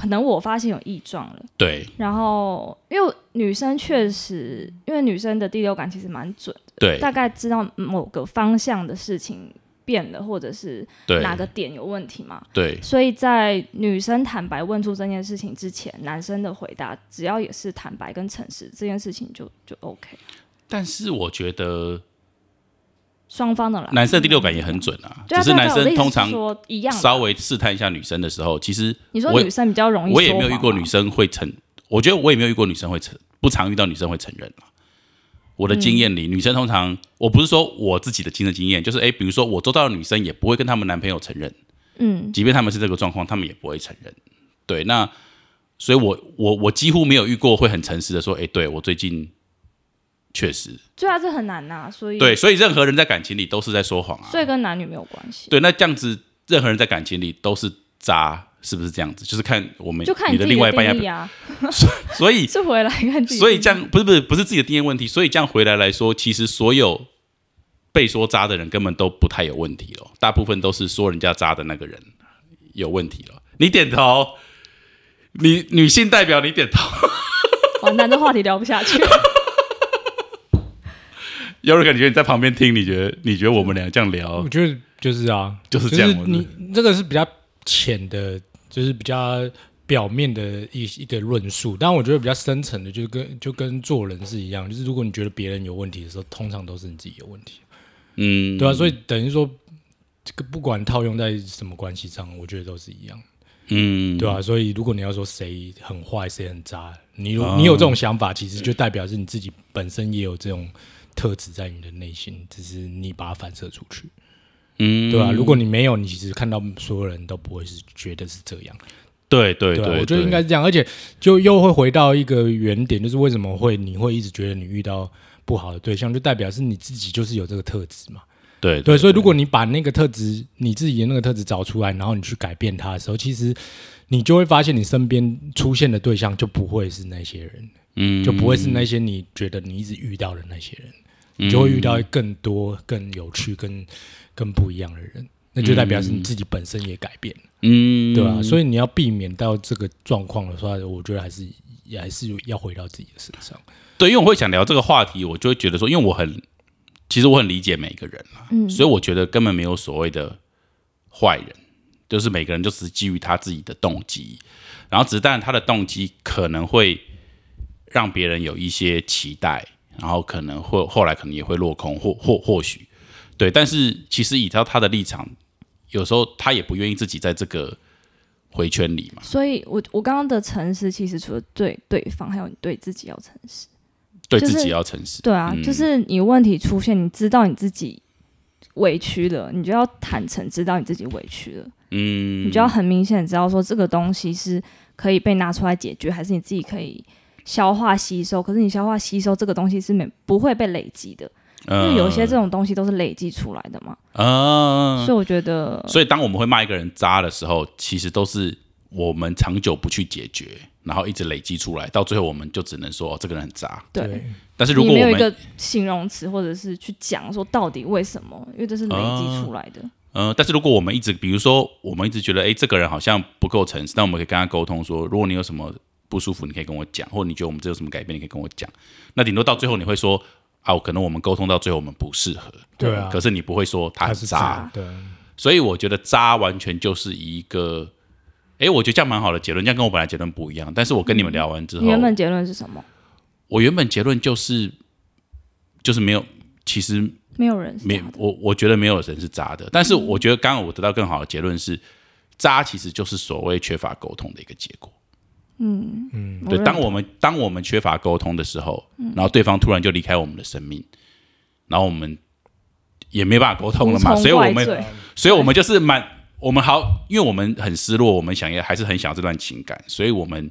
[SPEAKER 5] 可能我发现有异状了，
[SPEAKER 2] 对
[SPEAKER 5] 然后因为女生确实，因为女生的第六感其实蛮准的，
[SPEAKER 2] 对
[SPEAKER 5] 大概知道某个方向的事情变了，或者是
[SPEAKER 2] 对
[SPEAKER 5] 哪个点有问题嘛，
[SPEAKER 2] 对，
[SPEAKER 5] 所以在女生坦白问出这件事情之前，男生的回答只要也是坦白跟诚实，这件事情就就 OK，
[SPEAKER 2] 但是我觉得
[SPEAKER 5] 双方的啦。
[SPEAKER 2] 男生的第六感也很准啊，
[SPEAKER 5] 对啊，
[SPEAKER 2] 只是
[SPEAKER 5] 对啊
[SPEAKER 2] 男
[SPEAKER 5] 对啊我的
[SPEAKER 2] 生
[SPEAKER 5] 意思
[SPEAKER 2] 通
[SPEAKER 5] 是
[SPEAKER 2] 常
[SPEAKER 5] 说一样的，
[SPEAKER 2] 稍微试探一下女生的时候，其实
[SPEAKER 5] 你说
[SPEAKER 2] 我
[SPEAKER 5] 女生比较容易，啊
[SPEAKER 2] 我也没有遇过女，生会承，我觉得我也没有遇过女生会承，不常遇到女生会承认啦我的
[SPEAKER 5] 嗯
[SPEAKER 2] 经验里，女生通常，我不是说我自己的亲身经验，就是诶，比如说我周到的女生也不会跟她们男朋友承认，
[SPEAKER 5] 嗯，
[SPEAKER 2] 即便他们是这个状况，他们也不会承认。对，那所以我我我几乎没有遇过会很诚实的说，诶，对我最近确实
[SPEAKER 5] 对啊，这很难呐、所以
[SPEAKER 2] 对，，所以任何人在感情里都是在说谎啊。
[SPEAKER 5] 所以跟男女没有关系，
[SPEAKER 2] 对，那这样子，任何人在感情里都是渣，是不是这样子？就是看我们
[SPEAKER 5] 就看
[SPEAKER 2] 你
[SPEAKER 5] 自
[SPEAKER 2] 的
[SPEAKER 5] 己
[SPEAKER 2] 另外一半要
[SPEAKER 5] 定
[SPEAKER 2] 不
[SPEAKER 5] 义
[SPEAKER 2] 要，
[SPEAKER 5] 啊，
[SPEAKER 2] 所以
[SPEAKER 5] 是回来看自己定义。
[SPEAKER 2] 所以这样不是不是不是自己的定义问题，所以这样回来来说，其实所有被说渣的人根本都不太有问题了，大部分都是说人家渣的那个人有问题了。你点头，你女性代表你点头，
[SPEAKER 5] 完蛋，这话题聊不下去。
[SPEAKER 2] 有人感觉你在旁边听，你觉得你觉得我们俩这样聊
[SPEAKER 3] 我，觉得就是啊，
[SPEAKER 2] 就是这样我觉得
[SPEAKER 3] 你这个是比较浅的，就是比较表面的一一个论述，但我觉得比较深层的，就跟就跟做人是一样，就是如果你觉得别人有问题的时候，通常都是你自己有问题，
[SPEAKER 2] 嗯，
[SPEAKER 3] 对啊，所以等于说。这个不管套用在什么关系上，我觉得都是一样，
[SPEAKER 2] 嗯，
[SPEAKER 3] 对啊，所以如果你要说谁很坏，谁很渣，你
[SPEAKER 2] 啊
[SPEAKER 3] 有、你有这种想法，其实就代表是你自己本身也有这种特质在你的内心，只是你把它反射出去。
[SPEAKER 2] 嗯，
[SPEAKER 3] 对啊，如果你没有，你其实看到所有人都不会是觉得是这样，
[SPEAKER 2] 对对
[SPEAKER 3] 对啊，
[SPEAKER 2] 对，
[SPEAKER 3] 我觉得
[SPEAKER 2] 对
[SPEAKER 3] 应该是这样，而且就又会回到一个原点，就是为什么会你会一直觉得你遇到不好的对象，就代表是你自己就是有这个特质嘛。
[SPEAKER 2] 对
[SPEAKER 3] 对，所以如果你把那个特质，你自己的那个特质找出来，然后你去改变它的时候，其实你就会发现你身边出现的对象就不会是那些人，
[SPEAKER 2] 嗯
[SPEAKER 3] 就不会是那些你觉得你一直遇到的那些人，你就会遇到更多、更有趣、更更不一样的人。那就代表是你自己本身也改变了，
[SPEAKER 2] 嗯，
[SPEAKER 3] 对吧、所以你要避免到这个状况的话，我觉得还是也还是要回到自己的身上。
[SPEAKER 2] 对，因为我会想聊这个话题，我就会觉得说，因为我很，其实我很理解每个人啦，
[SPEAKER 5] 嗯
[SPEAKER 2] 所以我觉得根本没有所谓的坏人，就是每个人就只是基于他自己的动机，然后只是当然他的动机可能会让别人有一些期待，然后可能会后来可能也会落空，或或或许对，但是其实以到他的立场，有时候他也不愿意自己在这个回圈里嘛，
[SPEAKER 5] 所以我我刚刚的诚实，其实除了对对方，还有你对自己要诚实。
[SPEAKER 2] 对
[SPEAKER 5] 就是
[SPEAKER 2] 自己要诚实，
[SPEAKER 5] 对啊，
[SPEAKER 2] 嗯
[SPEAKER 5] 就是你问题出现，你知道你自己委屈了，你就要坦诚知道你自己委屈了，
[SPEAKER 2] 嗯，
[SPEAKER 5] 你就要很明显地知道说这个东西是可以被拿出来解决，还是你自己可以消化吸收。可是你消化吸收这个东西是没不会被累积的，因
[SPEAKER 2] 嗯
[SPEAKER 5] 为有些这种东西都是累积出来的嘛。
[SPEAKER 2] 啊
[SPEAKER 5] 所以我觉得，
[SPEAKER 2] 所以当我们会骂一个人渣的时候，其实都是我们长久不去解决，然后一直累积出来，到最后我们就只能说、哦、这个人很渣。
[SPEAKER 5] 对。
[SPEAKER 2] 但是如
[SPEAKER 5] 你
[SPEAKER 2] 果
[SPEAKER 5] 没
[SPEAKER 2] 我
[SPEAKER 5] 有
[SPEAKER 2] 们
[SPEAKER 5] 一个形容词，或者是去讲说到底为什么，因为这是累积出来的。
[SPEAKER 2] 呃，但是如果我们一直，比如说我们一直觉得，哎，这个人好像不够诚实，那我们可以跟他沟通说，如果你有什么不舒服，你可以跟我讲，或者你觉得我们这有什么改变，你可以跟我讲。那顶多到最后你会说，啊，我可能我们沟通到最后我们不适合，
[SPEAKER 3] 对啊
[SPEAKER 2] 可是你不会说
[SPEAKER 3] 他
[SPEAKER 2] 他很
[SPEAKER 3] 是
[SPEAKER 2] 渣，
[SPEAKER 3] 对啊，
[SPEAKER 2] 所以我觉得渣完全就是一个，哎，我觉得这样蛮好的结论，这样跟我本来结论不一样。但是我跟你们聊完之后，
[SPEAKER 5] 你原本结论是什么？
[SPEAKER 2] 我原本结论就是，就是没有，其实
[SPEAKER 5] 没有人是
[SPEAKER 2] 没
[SPEAKER 5] 假的
[SPEAKER 2] 我我觉得没有人是渣的，但是我觉得刚刚我得到更好的结论是，渣其实就是所谓缺乏沟通的一个结果。
[SPEAKER 5] 我
[SPEAKER 2] 对，
[SPEAKER 5] 认
[SPEAKER 2] 当我们当我们缺乏沟通的时候，
[SPEAKER 5] 嗯
[SPEAKER 2] 然后对方突然就离开我们的生命，然后我们也没办法沟通了嘛，
[SPEAKER 5] 无从
[SPEAKER 2] 所以我
[SPEAKER 5] 怪
[SPEAKER 2] 们
[SPEAKER 5] 罪
[SPEAKER 2] 所以我们就是满，我们好，因为我们很失落，我们想要还是很想要这段情感，所以我们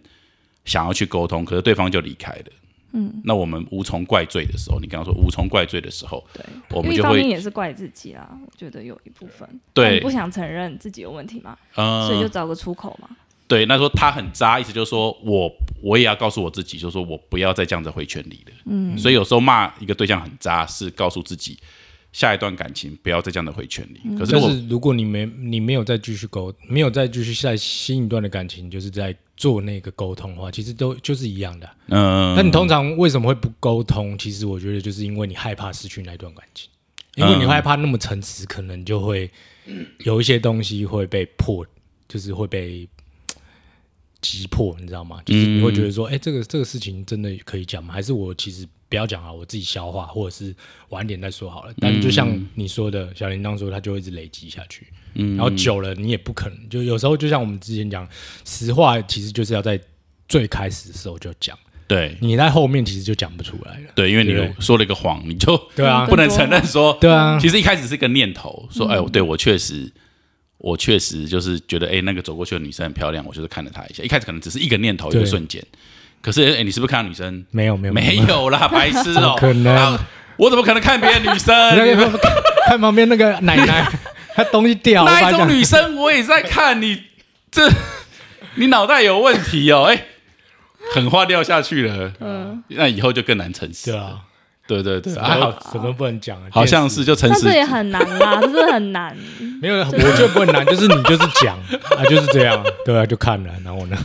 [SPEAKER 2] 想要去沟通，可是对方就离开了。嗯，那我们无从怪罪的时候，你刚刚说无从怪罪的时候，
[SPEAKER 5] 对，
[SPEAKER 2] 我们
[SPEAKER 5] 因为一
[SPEAKER 2] 就
[SPEAKER 5] 方面
[SPEAKER 2] 会
[SPEAKER 5] 也是怪自己啦，我觉得有一部分，
[SPEAKER 2] 对
[SPEAKER 5] 但你不想承认自己有问题嘛，所以就
[SPEAKER 2] 嗯，
[SPEAKER 5] 找个出口嘛。
[SPEAKER 2] 对，那说他很渣，意思就是说我我也要告诉我自己，就是说我不要再这样子回圈里了。嗯，所以有时候骂一个对象很渣，是告诉自己下一段感情不要再这样的回圈里。可是
[SPEAKER 3] 但
[SPEAKER 2] 如果
[SPEAKER 3] 是如果你没你没有再继续沟，没有再继续在新一段的感情，就是在做那个沟通的话，其实都就是一样的啊。
[SPEAKER 2] 嗯，
[SPEAKER 3] 但你通常为什么会不沟通？其实我觉得就是因为你害怕失去那一段感情，因为你害怕那么诚实，可能就会有一些东西会被破，就是会被击破，你知道吗？就是你会觉得说，哎、这个这个事情真的可以讲吗？还是我其实不要讲啊，我自己消化，或者是晚点再说好了。但就像你说的，小铃铛说，它就会一直累积下去，然后久了你也不可能，就有时候就像我们之前讲，实话其实就是要在最开始的时候就讲。
[SPEAKER 2] 对
[SPEAKER 3] 你在后面其实就讲不出来了。
[SPEAKER 2] 对，因为你
[SPEAKER 3] 对
[SPEAKER 2] 说了一个谎，你就
[SPEAKER 3] 对啊
[SPEAKER 2] 不能承认说
[SPEAKER 3] 对啊，
[SPEAKER 2] 其实一开始是一个念头，说，哎，我对我确实，我确实就是觉得，哎，那个走过去的女生很漂亮，我就是看了她一下。一开始可能只是一个念头，一
[SPEAKER 3] 对
[SPEAKER 2] 个瞬间。可是，哎，你是不是看到女生？
[SPEAKER 3] 没有没有
[SPEAKER 2] 没，有啦，白痴哦、
[SPEAKER 3] 可能
[SPEAKER 2] 啊我怎么可能看别的女生？
[SPEAKER 3] 那个 看 旁边那个奶奶，她东西掉，我把
[SPEAKER 2] 那一
[SPEAKER 3] 它
[SPEAKER 2] 种
[SPEAKER 3] 讲
[SPEAKER 2] 女生我也在看你，这你脑袋有问题哦，哎、狠话掉下去了，嗯，那以后就更难诚实
[SPEAKER 3] 对
[SPEAKER 2] 了，
[SPEAKER 3] 啊，
[SPEAKER 2] 对对对，
[SPEAKER 3] 然
[SPEAKER 2] 啊
[SPEAKER 3] 后，什么不能讲啊？
[SPEAKER 2] 好像是就诚
[SPEAKER 5] 但
[SPEAKER 2] 实
[SPEAKER 5] 这，也很难啦，这是很 难。
[SPEAKER 3] 没有，我就不很难，就是你就是讲啊，就是这样，对啊，就看了，然后 呢，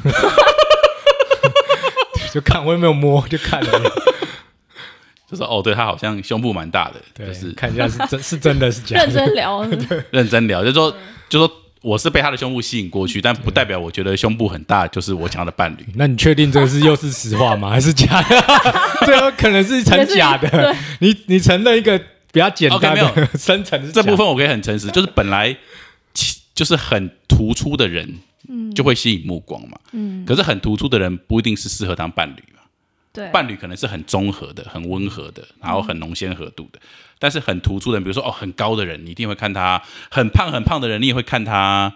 [SPEAKER 3] 就看我也没有摸，就看了，
[SPEAKER 2] 就是哦，对他好像胸部蛮大的，
[SPEAKER 3] 对，
[SPEAKER 2] 就是
[SPEAKER 3] 看一下是真是真的是假
[SPEAKER 5] 认
[SPEAKER 3] 的，
[SPEAKER 5] 真聊，
[SPEAKER 2] 认真聊，就说就说我是被他的胸部吸引过去，但不代表我觉得胸部很大就是我想要的伴侣。
[SPEAKER 3] 那你确定这个是又是实话吗？还是假的？ 最后可能是成假
[SPEAKER 5] 也是
[SPEAKER 3] 的，你你承认一个比较简单
[SPEAKER 2] OK，没
[SPEAKER 3] 的深层是
[SPEAKER 2] 这部
[SPEAKER 3] 假的
[SPEAKER 2] 分我可以很诚实，就是本来其就是很突出的人，就会吸引目光嘛。
[SPEAKER 5] 嗯，
[SPEAKER 2] 可是很突出的人不一定是适合当伴侣嘛，
[SPEAKER 5] 对，
[SPEAKER 2] 伴侣可能是很综合的、很温和的，然后很浓鲜合度的。但是很突出的人，比如说哦很高的人，你一定会看他；很胖很胖的人，你也会看他。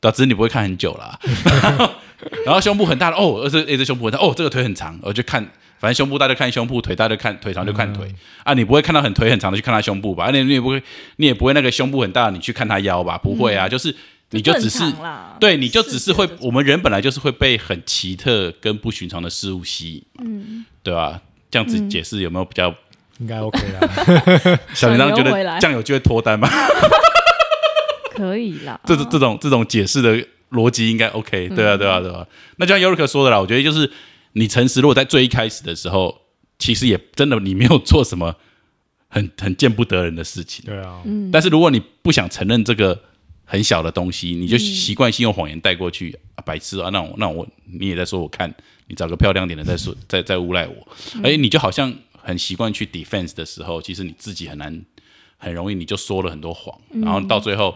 [SPEAKER 2] 对啊，只是你不会看很久啦。 然后然后胸部很大的哦，这诶这胸部很大哦，这个腿很长，我就看，反正胸部大就看胸部，腿大就看腿长就看腿、
[SPEAKER 5] 嗯
[SPEAKER 2] 啊，你不会看到很腿很长的去看他胸部吧？啊你你也不会，你也不会那个胸部很大的你去看他腰吧？不会啊，就是你就只是
[SPEAKER 5] 嗯正常啦
[SPEAKER 2] 对，你就只是会
[SPEAKER 5] 视觉，的
[SPEAKER 2] 我们人本来就是会被很奇特跟不寻常的事物吸引，嗯，对吧、这样
[SPEAKER 5] 嗯
[SPEAKER 2] 子解释有没有比较？
[SPEAKER 3] 应该 OK 啦。
[SPEAKER 2] 小铃铛觉
[SPEAKER 5] 转回来
[SPEAKER 2] 得酱油就会脱 单吗？
[SPEAKER 5] 可以啦。
[SPEAKER 2] 这这种这种解释的逻辑应该 OK，对
[SPEAKER 5] 嗯
[SPEAKER 2] 啊，对啊，对啊。那就像 Yorick 说的啦，我觉得就是你诚实，如果在最一开始的时候，其实也真的你没有做什么很很见不得人的事情，
[SPEAKER 3] 对啊，
[SPEAKER 2] 但是如果你不想承认这个很小的东西，你
[SPEAKER 3] 嗯
[SPEAKER 2] 就习惯性用谎言带过去，啊、白痴啊，那我那我你也在说我看，你找个漂亮点的再说， 再再诬赖我，
[SPEAKER 3] 嗯
[SPEAKER 2] 哎、你就好像很习惯去 defense 的时候，其实你自己很难，很容易你就说了很多谎，
[SPEAKER 3] 嗯
[SPEAKER 2] 然后到最后，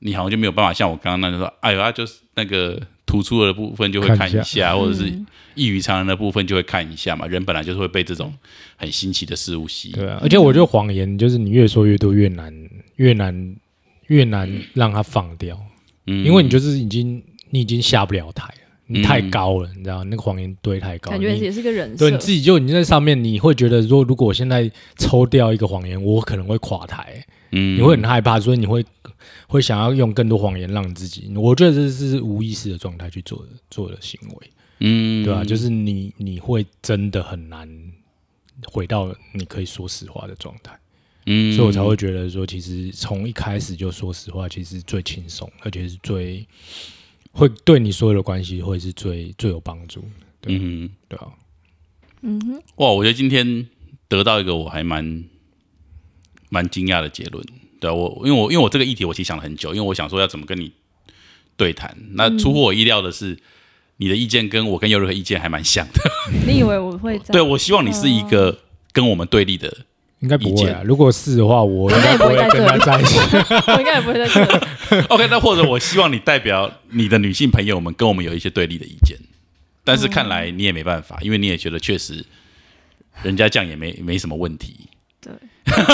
[SPEAKER 2] 你好像就没有办法像我刚刚那样说，哎呦，啊、就是那个突出的部分就会看
[SPEAKER 3] 看一下
[SPEAKER 2] 一
[SPEAKER 3] 嗯
[SPEAKER 2] 下，或者是异于常人的部分就会看一下嘛，人本来就是会被这种很新奇的事物吸引。
[SPEAKER 3] 对啊，而且我觉得谎言就是你越说越多越难，越难越难让它放掉，
[SPEAKER 2] 嗯
[SPEAKER 3] 因为你就是已经你已经下不了台了，你太
[SPEAKER 2] 嗯
[SPEAKER 3] 高了，你知道那个谎言堆太高了，
[SPEAKER 5] 感觉
[SPEAKER 3] 你
[SPEAKER 5] 也是个人设
[SPEAKER 3] 对，你自己就你在上面，你会觉得说，如果我现在抽掉一个谎言，我可能会垮台，
[SPEAKER 2] 嗯
[SPEAKER 3] 你会很害怕，所以你会会想要用更多谎言让自己。我觉得这是无意识的状态去做的做的行为，
[SPEAKER 2] 嗯
[SPEAKER 3] 对吧、就是你你会真的很难回到你可以说实话的状态，
[SPEAKER 2] 嗯
[SPEAKER 3] 所以我才会觉得说，其实从一开始就说实话，其实最轻松，而且是最会对你所有的关系会是最最有帮助的，对
[SPEAKER 2] 嗯哼，
[SPEAKER 3] 对吧、
[SPEAKER 2] 哇，我觉得今天得到一个我还蛮蛮惊讶的结论。对啊、我，因为我因为我这个议题我其实想了很久，因为我想说要怎么跟你对谈。那出乎我意料的是，
[SPEAKER 3] 嗯
[SPEAKER 2] 你的意见跟我跟尤瑞的意见还蛮像的。
[SPEAKER 5] 你以为我会 这
[SPEAKER 2] 对，
[SPEAKER 5] 样？
[SPEAKER 2] 我希望你是一个跟我们对立的。
[SPEAKER 3] 应该不
[SPEAKER 2] 意
[SPEAKER 3] 会啊
[SPEAKER 2] 见。
[SPEAKER 3] 如果是的话，我应该不会跟他在一起。
[SPEAKER 5] 我应该也不会在 这里。
[SPEAKER 2] OK，那或者我希望你代表你的女性朋友们跟我们有一些对立的意见。但是看
[SPEAKER 5] 嗯
[SPEAKER 2] 来你也没办法，因为你也觉得确实人家这样也没没什么问题。
[SPEAKER 5] 对，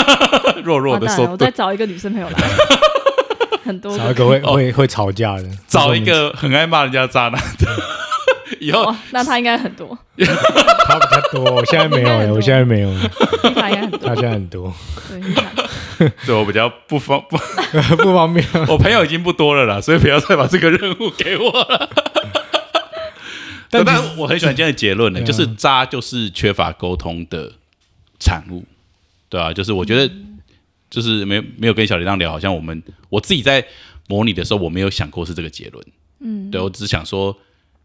[SPEAKER 2] 弱弱
[SPEAKER 5] 完
[SPEAKER 2] 的
[SPEAKER 5] 蛋
[SPEAKER 2] 说
[SPEAKER 5] 了，我
[SPEAKER 2] 对
[SPEAKER 5] 再找一个女生朋友来， 很多
[SPEAKER 3] 找一
[SPEAKER 5] 个。
[SPEAKER 3] 个会
[SPEAKER 2] 哦
[SPEAKER 3] 会会吵架的，
[SPEAKER 2] 找一个很爱骂人家渣男的， 以后
[SPEAKER 5] 哇，那他应该很多，
[SPEAKER 3] 他比较多。我现在没有了，我现在没有了，
[SPEAKER 5] 你他应该很多。
[SPEAKER 3] 他现在很多，
[SPEAKER 5] 对，你看，
[SPEAKER 2] 对我比较不方不，
[SPEAKER 3] 不方便。
[SPEAKER 2] 我朋友已经不多了啦，所以不要再把这个任务给我了。但
[SPEAKER 3] 但其
[SPEAKER 2] 但
[SPEAKER 3] 实
[SPEAKER 2] 我很喜欢今天的结论呢、
[SPEAKER 3] 对啊
[SPEAKER 2] 就是渣就是缺乏沟通的产物，对啊，就是我觉得就是没有没有跟小铃铛聊，好像我们我自己在模拟的时候，我没有想过是这个结论，嗯，对我只是想说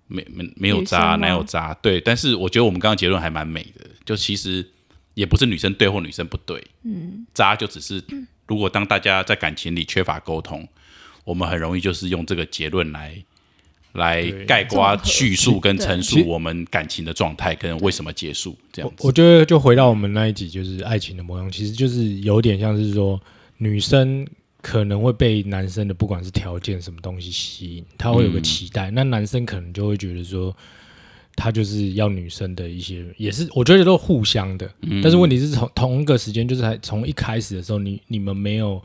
[SPEAKER 2] 没没没有
[SPEAKER 5] 女
[SPEAKER 2] 渣，
[SPEAKER 5] 生吗
[SPEAKER 2] 哪有渣？对，但是我觉得我们刚刚结论还蛮美的，就其实也不是女生对或女生不对，嗯，渣就只是如果当大家在感情里缺乏沟通，我们很容易就是用这个结论来。来
[SPEAKER 3] 对
[SPEAKER 2] 概括叙述跟
[SPEAKER 5] 对
[SPEAKER 2] 陈
[SPEAKER 3] 其
[SPEAKER 2] 述
[SPEAKER 3] 实
[SPEAKER 2] 我们感情的状态跟为什么结束这样
[SPEAKER 3] 我
[SPEAKER 2] 子。
[SPEAKER 3] 我觉得就回到我们那一集，就是爱情的模样，其实就是有点像是说，女生可能会被男生的不管是条件什么东西吸引，他会有个
[SPEAKER 2] 嗯
[SPEAKER 3] 期待，那男生可能就会觉得说。他就是要女生的一些，也是我觉得都互相的，
[SPEAKER 2] 嗯
[SPEAKER 3] 但是问题是从同一个时间，就是还从一开始的时候，你你们没有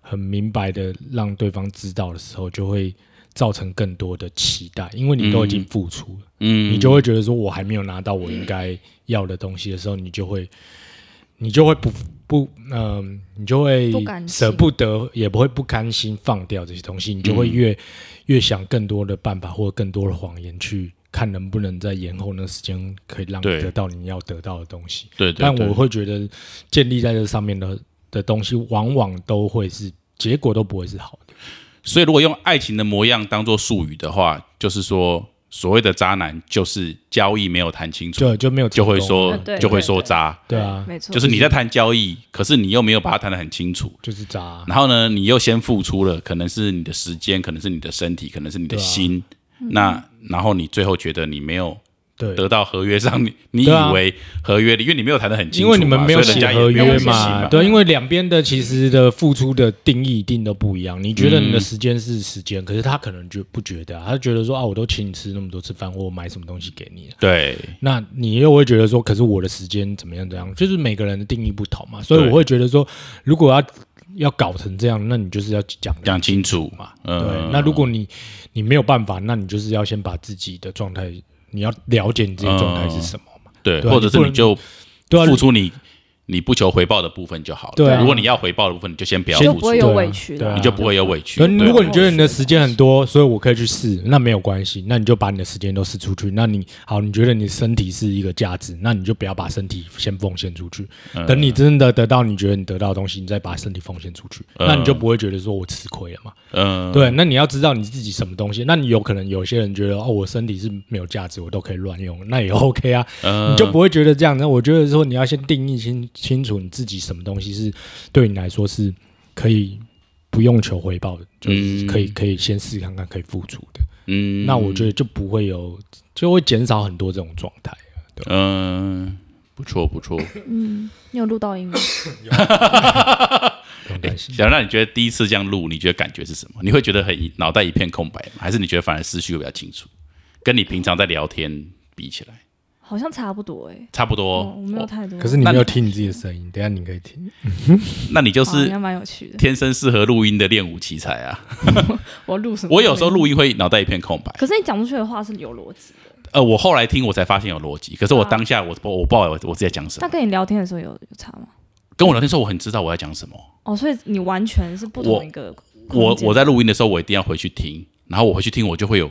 [SPEAKER 3] 很明白的让对方知道的时候，就会造成更多的期待，因为你都已经付出了，
[SPEAKER 2] 嗯
[SPEAKER 3] 你就会觉得说我还没有拿到我应该要的东西的时候，你就会你就会不不，嗯、你就会
[SPEAKER 5] 不甘心
[SPEAKER 3] 舍不得，也不会不甘心放掉这些东西，你就会
[SPEAKER 2] 嗯
[SPEAKER 3] 越、越想更多的办法或更多的谎言去看能不能在延后那个时间可以让你
[SPEAKER 2] 对
[SPEAKER 3] 得到你要得到的东西。
[SPEAKER 2] 对对
[SPEAKER 3] 但
[SPEAKER 2] 对
[SPEAKER 3] 我会觉得建立在这上面的的东西，往往都会是结果都不会是好的。
[SPEAKER 2] 所以如果用爱情的模样当做术语的话，就是说所谓的渣男就是交易没有谈清楚，
[SPEAKER 3] 就就没有
[SPEAKER 2] 就会
[SPEAKER 3] 成功
[SPEAKER 2] 说
[SPEAKER 5] 啊对
[SPEAKER 2] 就会说渣，
[SPEAKER 3] 对啊，
[SPEAKER 5] 没错，
[SPEAKER 2] 就是你在谈交易，可是你又没有把它谈得很清楚。
[SPEAKER 3] 就是渣啊、
[SPEAKER 2] 然后呢，你又先付出了，可能是你的时间，可能是你的身体，可能是你的
[SPEAKER 3] 对啊
[SPEAKER 2] 心。那然后你最后觉得你没有
[SPEAKER 3] 对，
[SPEAKER 2] 得到合约上，你你
[SPEAKER 3] 对啊
[SPEAKER 2] 以为合约里，因为你没有谈得很清楚
[SPEAKER 3] 因
[SPEAKER 2] 嘛，
[SPEAKER 3] 为你们没有
[SPEAKER 2] 所以
[SPEAKER 3] 写
[SPEAKER 2] 人家也
[SPEAKER 3] 合
[SPEAKER 2] 没有
[SPEAKER 3] 约
[SPEAKER 2] 写信嘛
[SPEAKER 3] 对，因为两边的其实的付出的定义一定都不一样。你觉得你的时间是时间，可是他可能就不觉得啊、他觉得说啊，我都请你吃那么多次饭，或我买什么东西给你了，啊
[SPEAKER 2] 对
[SPEAKER 3] 那你又会觉得说，可是我的时间怎么样怎么样，就是每个人的定义不同嘛，所以
[SPEAKER 2] 对
[SPEAKER 3] 我会觉得说，如果要要搞成这样，那你就是要讲得
[SPEAKER 2] 讲清楚
[SPEAKER 3] 嘛，
[SPEAKER 2] 嗯
[SPEAKER 3] 对，那如果你你没有办法，那你就是要先把自己的状态，你要了解你自己的状态是什么嘛，
[SPEAKER 2] 对，
[SPEAKER 3] 对啊
[SPEAKER 2] 或者是
[SPEAKER 3] 你不
[SPEAKER 2] 你
[SPEAKER 3] 能
[SPEAKER 2] 就
[SPEAKER 3] 对啊，
[SPEAKER 2] 付出你你不求回报的部分就好了。
[SPEAKER 3] 对啊
[SPEAKER 2] 如果你要回报的部分，你就先不要
[SPEAKER 5] 就
[SPEAKER 2] 付
[SPEAKER 5] 不
[SPEAKER 2] 出
[SPEAKER 5] 会，有
[SPEAKER 3] 对啊
[SPEAKER 5] 委屈
[SPEAKER 3] 对
[SPEAKER 5] 了
[SPEAKER 3] 啊
[SPEAKER 2] 你。就不会有委屈。
[SPEAKER 3] 可能
[SPEAKER 2] 对啊
[SPEAKER 3] 如果你觉得你的时间很多，所以我可以去试，那没有关系，那你就把你的时间都试出去。那你好，你觉得你身体是一个价值，那你就不要把身体先奉献出去。
[SPEAKER 2] 嗯
[SPEAKER 3] 等你真的得到你觉得你得到的东西，你再把身体奉献出去，那你就不会觉得说我吃亏了嘛。
[SPEAKER 2] 嗯，
[SPEAKER 3] 对，那你要知道你自己什么东西。那你有可能有些人觉得哦，我身体是没有价值，我都可以乱用，那也 OK 啊，
[SPEAKER 2] 嗯
[SPEAKER 3] 你就不会觉得这样。那我觉得说你要先定义清清楚你自己什么东西是对你来说是可以不用求回报的，就是
[SPEAKER 2] 嗯
[SPEAKER 3] 可以可以先试看看可以付出的。
[SPEAKER 2] 嗯，
[SPEAKER 3] 那我觉得就不会有，就会减少很多这种状态。
[SPEAKER 2] 嗯，不错不错。
[SPEAKER 5] 你有录到音吗？
[SPEAKER 3] 不用担心，
[SPEAKER 2] 哎小亮，你觉得第一次这样录，你觉得感觉是什么？你会觉得很脑袋一片空白吗？还是你觉得反而思绪会比较清楚？跟你平常在聊天比起来，
[SPEAKER 5] 好像差不多哎、
[SPEAKER 2] 差不多。
[SPEAKER 5] 哦，我没有太多。
[SPEAKER 3] 可是你
[SPEAKER 2] 那
[SPEAKER 3] 没
[SPEAKER 2] 你
[SPEAKER 3] 有听你自己的声音，等一下你可以听。
[SPEAKER 2] 那你就
[SPEAKER 5] 好啊应
[SPEAKER 2] 是
[SPEAKER 5] 该蛮有趣的。
[SPEAKER 2] 天生适合录音的练武奇才啊！
[SPEAKER 5] 我录什么？
[SPEAKER 2] 我有时候，录音会脑袋一片空白。
[SPEAKER 5] 可是你讲出去的话是有逻辑的。
[SPEAKER 2] 呃，我后来听我才发现有逻辑，可是我
[SPEAKER 5] 啊
[SPEAKER 2] 当下我我我不知道我我自己在讲什
[SPEAKER 5] 那
[SPEAKER 2] 么。
[SPEAKER 5] 跟你聊天的时候有有差吗？
[SPEAKER 2] 跟我聊天的时候，我很知道我在讲什么。
[SPEAKER 5] 哦，所以你完全是不同一个
[SPEAKER 2] 我
[SPEAKER 5] 空间
[SPEAKER 2] 我在录音的时候，我一定要回去听，然后我回去听，我就会有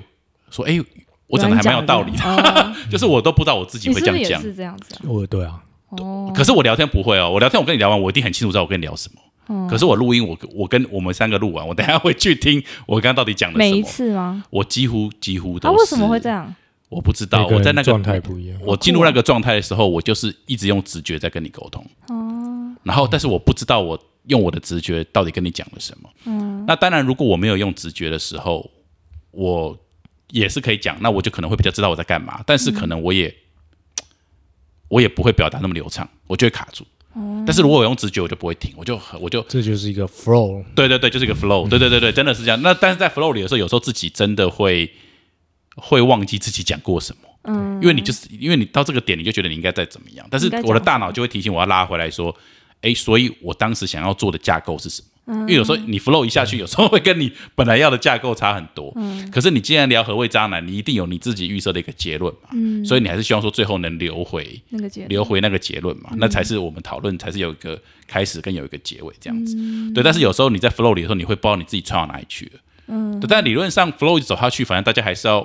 [SPEAKER 2] 说，哎、我讲的还蛮有道理的，
[SPEAKER 5] 哦
[SPEAKER 2] 就是我都不知道我自己
[SPEAKER 5] 你
[SPEAKER 2] 会
[SPEAKER 5] 是
[SPEAKER 2] 这
[SPEAKER 5] 不
[SPEAKER 2] 样
[SPEAKER 5] 是也
[SPEAKER 2] 讲。
[SPEAKER 5] 是这样子啊？
[SPEAKER 3] 哦，对啊，
[SPEAKER 5] 哦，
[SPEAKER 2] 可是我聊天不会哦，我聊天我跟你聊完，我一定很清楚知道我跟你聊什么。
[SPEAKER 5] 嗯
[SPEAKER 2] 可是我录音，我我跟我们三个录完，我等一下会去听我刚刚到底讲了
[SPEAKER 5] 每
[SPEAKER 2] 什
[SPEAKER 5] 一
[SPEAKER 2] 么。
[SPEAKER 5] 次吗？
[SPEAKER 2] 我几乎几乎都
[SPEAKER 5] 啊，
[SPEAKER 2] 是。
[SPEAKER 5] 为什么会这？样？
[SPEAKER 2] 我不知道。
[SPEAKER 3] 每个
[SPEAKER 2] 啊我在
[SPEAKER 3] 人
[SPEAKER 2] 那个
[SPEAKER 3] 状态不一样。
[SPEAKER 2] 我进入那个状态的时候，我就是一直用直觉在跟你沟通。哦。然后，但是我不知道我用我的直觉到底跟你讲了什么。嗯。那当然，如果我没有用直觉的时候，我也是可以讲，那我就可能会比较知道我在干嘛，但是可能我也、我也不会表达那么流畅，我就会卡住。但是如果我用直觉，我就不会停，我就我就
[SPEAKER 3] 这就是一个 flow，
[SPEAKER 2] 对对对，就是一个 flow，对对对对，真的是这样。那但是在 flow 里的时候，有时候自己真的会会忘记自己讲过什么，嗯，因为你就是因为你到这个点，你就觉得你应该再怎么样，但是
[SPEAKER 5] 应该讲
[SPEAKER 2] 我的大脑就会提醒我要拉回来说，哎，所以我当时想要做的架构是什么？因为有时候你 flow 一下去，有时候会跟你本来要的架构差很多。可是你既然聊何谓渣男，你一定有你自己预设的一个结论嘛。所以你还是希望说最后能留回
[SPEAKER 5] 那个节
[SPEAKER 2] 留回那个结论嘛，那才是我们讨论，才是有一个开始跟有一个结尾这样子。对，但是有时候你在 flow 里的时候，你会不知道你自己窜到哪里去了。嗯，但理论上 flow 一直走下去，反正大家还是要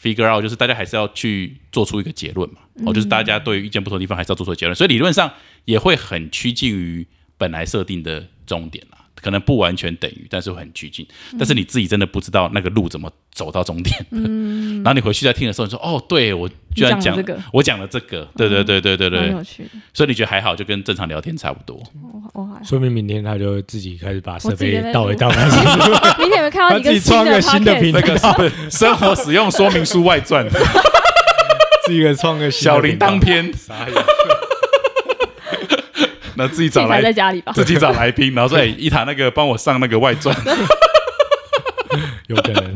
[SPEAKER 2] figure out，就是大家还是要去做出一个结论嘛。哦，就是大家对于意见不同的地方还是要做出结论，所以理论上也会很趋近于本来设定的终点啦。可能不完全等于，但是会很趋近。但是你自己真的不知道那个路怎么走到终点。嗯，然后你回去再听的时候，你说：“哦，对我居然
[SPEAKER 5] 你
[SPEAKER 2] 讲
[SPEAKER 5] 讲了这个嗯
[SPEAKER 2] 我讲了这个，对对对对对
[SPEAKER 5] 蛮
[SPEAKER 2] 对，
[SPEAKER 5] 有趣的。
[SPEAKER 2] 所以你觉得还好，就跟正常聊天差不 多。
[SPEAKER 5] 我我还
[SPEAKER 3] 说明明天他就会自己开始把设
[SPEAKER 5] 自己在
[SPEAKER 3] 备
[SPEAKER 5] 那
[SPEAKER 3] 倒一
[SPEAKER 5] 录
[SPEAKER 3] 倒开始。
[SPEAKER 5] 明天有没有看到一
[SPEAKER 3] 把自己创个新的
[SPEAKER 5] podcast？
[SPEAKER 3] 频道
[SPEAKER 2] 那个是生活使用说明书 外传
[SPEAKER 3] 是一个创个新的
[SPEAKER 2] 小铃铛
[SPEAKER 3] 频
[SPEAKER 2] 篇，
[SPEAKER 3] 道， 傻眼
[SPEAKER 2] 那自己
[SPEAKER 5] 自
[SPEAKER 2] 找
[SPEAKER 5] 己宅在
[SPEAKER 2] 来
[SPEAKER 5] 家里吧。
[SPEAKER 2] 自己找来宾，然后说：“哎，一塔那个帮我上那个外 传。
[SPEAKER 3] 有可能。”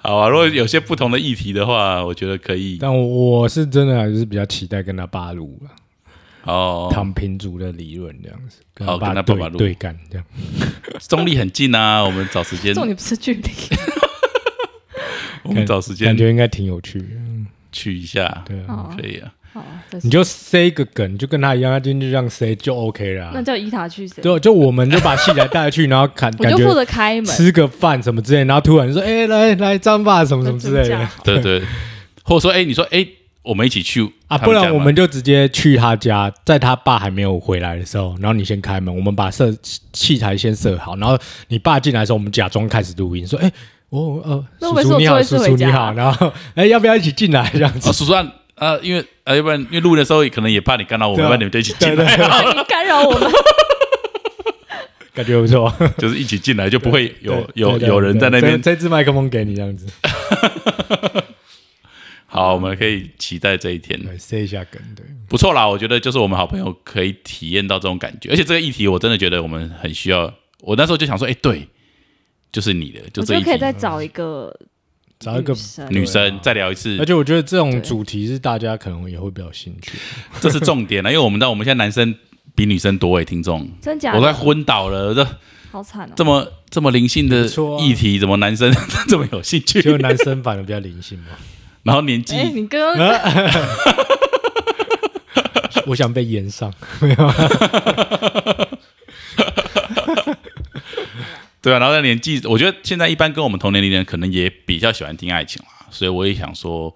[SPEAKER 2] 好啊，如果有些不同的议题的话，我觉得可以
[SPEAKER 3] 但我我是真的还是比较期待跟他爸录啊
[SPEAKER 2] 哦。
[SPEAKER 3] 躺平族的理论这样子，跟
[SPEAKER 2] 哦跟他爸
[SPEAKER 3] 对
[SPEAKER 2] 爸录
[SPEAKER 3] 对干这样。
[SPEAKER 2] 中立很近啊，我们找时间，
[SPEAKER 5] 重点不是距离，
[SPEAKER 2] 我们找时间
[SPEAKER 3] 感觉应该挺有趣的。嗯
[SPEAKER 2] 去一下，
[SPEAKER 3] 对啊，
[SPEAKER 5] 哦
[SPEAKER 2] 可以啊。
[SPEAKER 5] 好，这
[SPEAKER 3] 你
[SPEAKER 5] 是
[SPEAKER 3] 就塞一个梗，就跟他一样，他今天就这样塞就 OK 啦。
[SPEAKER 5] 那叫伊塔去谁？
[SPEAKER 3] 对，就我们就把器材带去，然后感
[SPEAKER 5] 我
[SPEAKER 3] 感
[SPEAKER 5] 就
[SPEAKER 3] 觉
[SPEAKER 5] 负责开门，
[SPEAKER 3] 吃个饭什么之类，然后突然说：“哎、来来张吧，什么什么之类
[SPEAKER 5] 那真
[SPEAKER 3] 的
[SPEAKER 5] 假。
[SPEAKER 2] 对对，或者说，哎，你说，哎，我们一起去”
[SPEAKER 3] 啊，
[SPEAKER 2] 他
[SPEAKER 3] 不
[SPEAKER 2] 们家
[SPEAKER 3] 然我
[SPEAKER 2] 吧
[SPEAKER 3] 们就直接去他家，在他爸还没有回来的时候，然后你先开门，我们把设器材先设好，然后你爸进来的时候，我们假装开始录音，说：“哎、我呃，
[SPEAKER 5] 那会
[SPEAKER 3] 叔
[SPEAKER 5] 不
[SPEAKER 3] 叔你
[SPEAKER 5] 会是
[SPEAKER 3] 好，叔
[SPEAKER 5] 我最后一次
[SPEAKER 3] 叔
[SPEAKER 5] 回
[SPEAKER 3] 你
[SPEAKER 5] 家
[SPEAKER 3] 好。”然后哎、要不要一起进来这样子
[SPEAKER 2] 啊，？叔叔啊，呃，因为呃，要不然因为录的时候可能也怕你干扰我们，
[SPEAKER 3] 对啊
[SPEAKER 2] 要不然你们就一起进
[SPEAKER 3] 对
[SPEAKER 2] 来，
[SPEAKER 5] 啊你 干扰我们，
[SPEAKER 3] 感觉不错。
[SPEAKER 2] 就是一起进来就不会有
[SPEAKER 3] 对
[SPEAKER 2] 有
[SPEAKER 3] 对对
[SPEAKER 2] 有人在那
[SPEAKER 3] 对
[SPEAKER 2] 边。
[SPEAKER 3] 这这支麦克风给你这样子，
[SPEAKER 2] 好，我们可以期待这一天，
[SPEAKER 3] 对，塞一下梗，对，
[SPEAKER 2] 不错啦。我觉得就是我们好朋友可以体验到这种感觉，而且这个议题我真的觉得我们很需要。我那时候就想说，哎，对，就是你的，就
[SPEAKER 5] 我
[SPEAKER 2] 这一
[SPEAKER 5] 就可以
[SPEAKER 2] 题
[SPEAKER 5] 再找一个
[SPEAKER 3] 找一个
[SPEAKER 5] 女生
[SPEAKER 2] 女生
[SPEAKER 3] 对啊
[SPEAKER 2] 再聊一次
[SPEAKER 3] 而，且我觉得这种
[SPEAKER 5] 对
[SPEAKER 3] 主题是大家可能也会比较有兴趣。
[SPEAKER 2] 这是重点了，因为我们知道我们现在男生比女生多哎，听众，
[SPEAKER 5] 真假
[SPEAKER 2] 我
[SPEAKER 5] 的？
[SPEAKER 2] 都快昏倒了，这
[SPEAKER 5] 好惨哦！
[SPEAKER 2] 这么这么灵性的
[SPEAKER 3] 不错啊
[SPEAKER 2] 议题，怎么男生 这么有兴趣？
[SPEAKER 3] 就男生反而比较灵性嘛。
[SPEAKER 2] 然后年纪
[SPEAKER 5] 哎，你刚刚
[SPEAKER 3] 啊我想被延上，
[SPEAKER 2] 对啊，然后在年纪，我觉得现在一般跟我们同年龄的人可能也比较喜欢听爱情啦，所以我也想说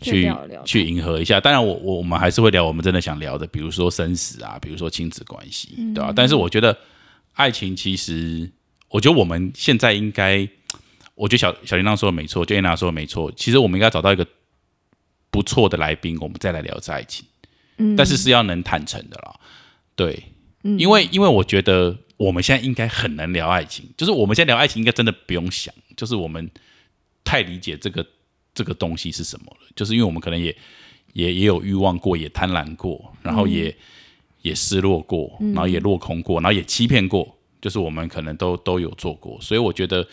[SPEAKER 5] 去
[SPEAKER 2] 去
[SPEAKER 5] 聊聊
[SPEAKER 2] 去迎合一下。当然我，我我们还是会聊我们真的想聊的，比如说生死啊，比如说亲子关系，对
[SPEAKER 5] 嗯
[SPEAKER 2] 吧、但是我觉得爱情其实，我觉得我们现在应该，我觉得小小铃铛说的没错，就安娜说的没错，其实我们应该找到一个不错的来宾，我们再来聊这爱情。
[SPEAKER 5] 嗯
[SPEAKER 2] 但是是要能坦诚的啦。对，因为因为我觉得我们现在应该很能聊爱情，就是我们现在聊爱情应该真的不用想，就是我们太理解这个这个东西是什么了，就是因为我们可能也也也有欲望过，也贪婪过，然
[SPEAKER 5] 嗯
[SPEAKER 2] 后也、也失落过，然后也落空过，然后也欺骗过，就是我们可能都都有做过，所以我觉得。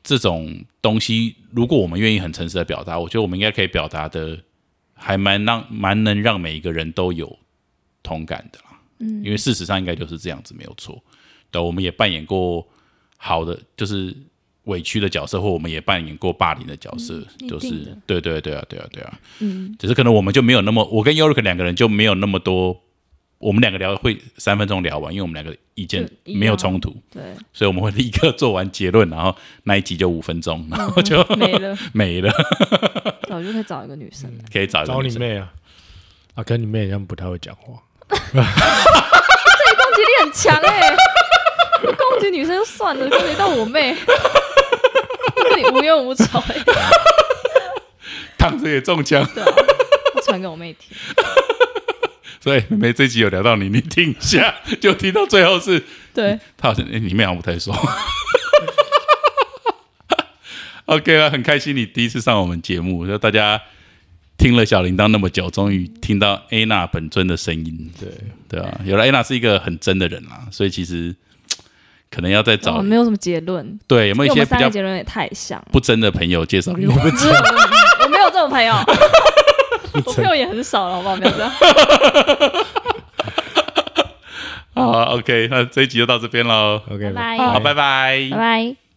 [SPEAKER 2] 这种东西，如果我们愿意很诚实的表达，我觉得我们应该可以表达的还蛮让蛮能让每一个人都有同感的啦。嗯，因为事实上应该就是这样子，没有错。对，我们也扮演过好的，就是委屈的角色，或我们也扮演过霸凌的角色，
[SPEAKER 5] 嗯
[SPEAKER 2] 就
[SPEAKER 5] 一定
[SPEAKER 2] 是
[SPEAKER 5] 的
[SPEAKER 2] 对对对啊，对啊，对啊。
[SPEAKER 5] 嗯，
[SPEAKER 2] 只是可能我们就没有那么，我跟 Yorick 两个人就没有那么多，我们两个聊会三分钟聊完，因为我们两个意见
[SPEAKER 5] 就一样
[SPEAKER 2] 没有冲
[SPEAKER 3] 嗯
[SPEAKER 2] 突，
[SPEAKER 5] 对
[SPEAKER 2] 所以我们会立刻做完结论，然后那一集就五分钟，然后
[SPEAKER 3] 嗯
[SPEAKER 2] 就
[SPEAKER 5] 没了，
[SPEAKER 2] 没了，
[SPEAKER 5] 我就可以找一个 女生来。
[SPEAKER 2] 可以找一个
[SPEAKER 3] 找
[SPEAKER 2] 女
[SPEAKER 3] 你
[SPEAKER 2] 生
[SPEAKER 3] 妹啊！啊，可是你妹好像不太会讲话，
[SPEAKER 5] 这攻击力很强哎、攻击女生就算了，攻击到我妹，跟你无冤无仇、欸，
[SPEAKER 2] 躺着也中枪。
[SPEAKER 5] 对啊，我传给我妹听，
[SPEAKER 2] 所以妹妹这集有聊到你，你听一下，就听到最后是
[SPEAKER 5] 对，
[SPEAKER 2] 她好像、哎诶你妹好像不太熟。OK 了，很开心你第一次上我们节目，就大家听了小铃铛那么久，终于听到 Anna 本尊的声音，
[SPEAKER 3] 对，
[SPEAKER 2] 对啊，有了 Anna 是一个很真的人啦，所以其实可能要再
[SPEAKER 5] 我
[SPEAKER 2] 找、
[SPEAKER 5] 哦没有什么结论，
[SPEAKER 2] 对有
[SPEAKER 5] 因
[SPEAKER 2] 没
[SPEAKER 5] 为
[SPEAKER 2] 有一
[SPEAKER 5] 我
[SPEAKER 2] 些
[SPEAKER 5] 们
[SPEAKER 2] 比
[SPEAKER 5] 三个
[SPEAKER 2] 较
[SPEAKER 5] 结论也太像，
[SPEAKER 2] 不真的朋友介绍给我 们
[SPEAKER 5] 不 是，我我没有这种 朋友，我朋友也很少了，好不好？不要这样，
[SPEAKER 2] 好 OK，那这一集就到这边喽，
[SPEAKER 3] OK，
[SPEAKER 5] 拜哎
[SPEAKER 2] 好，拜拜
[SPEAKER 5] 拜拜。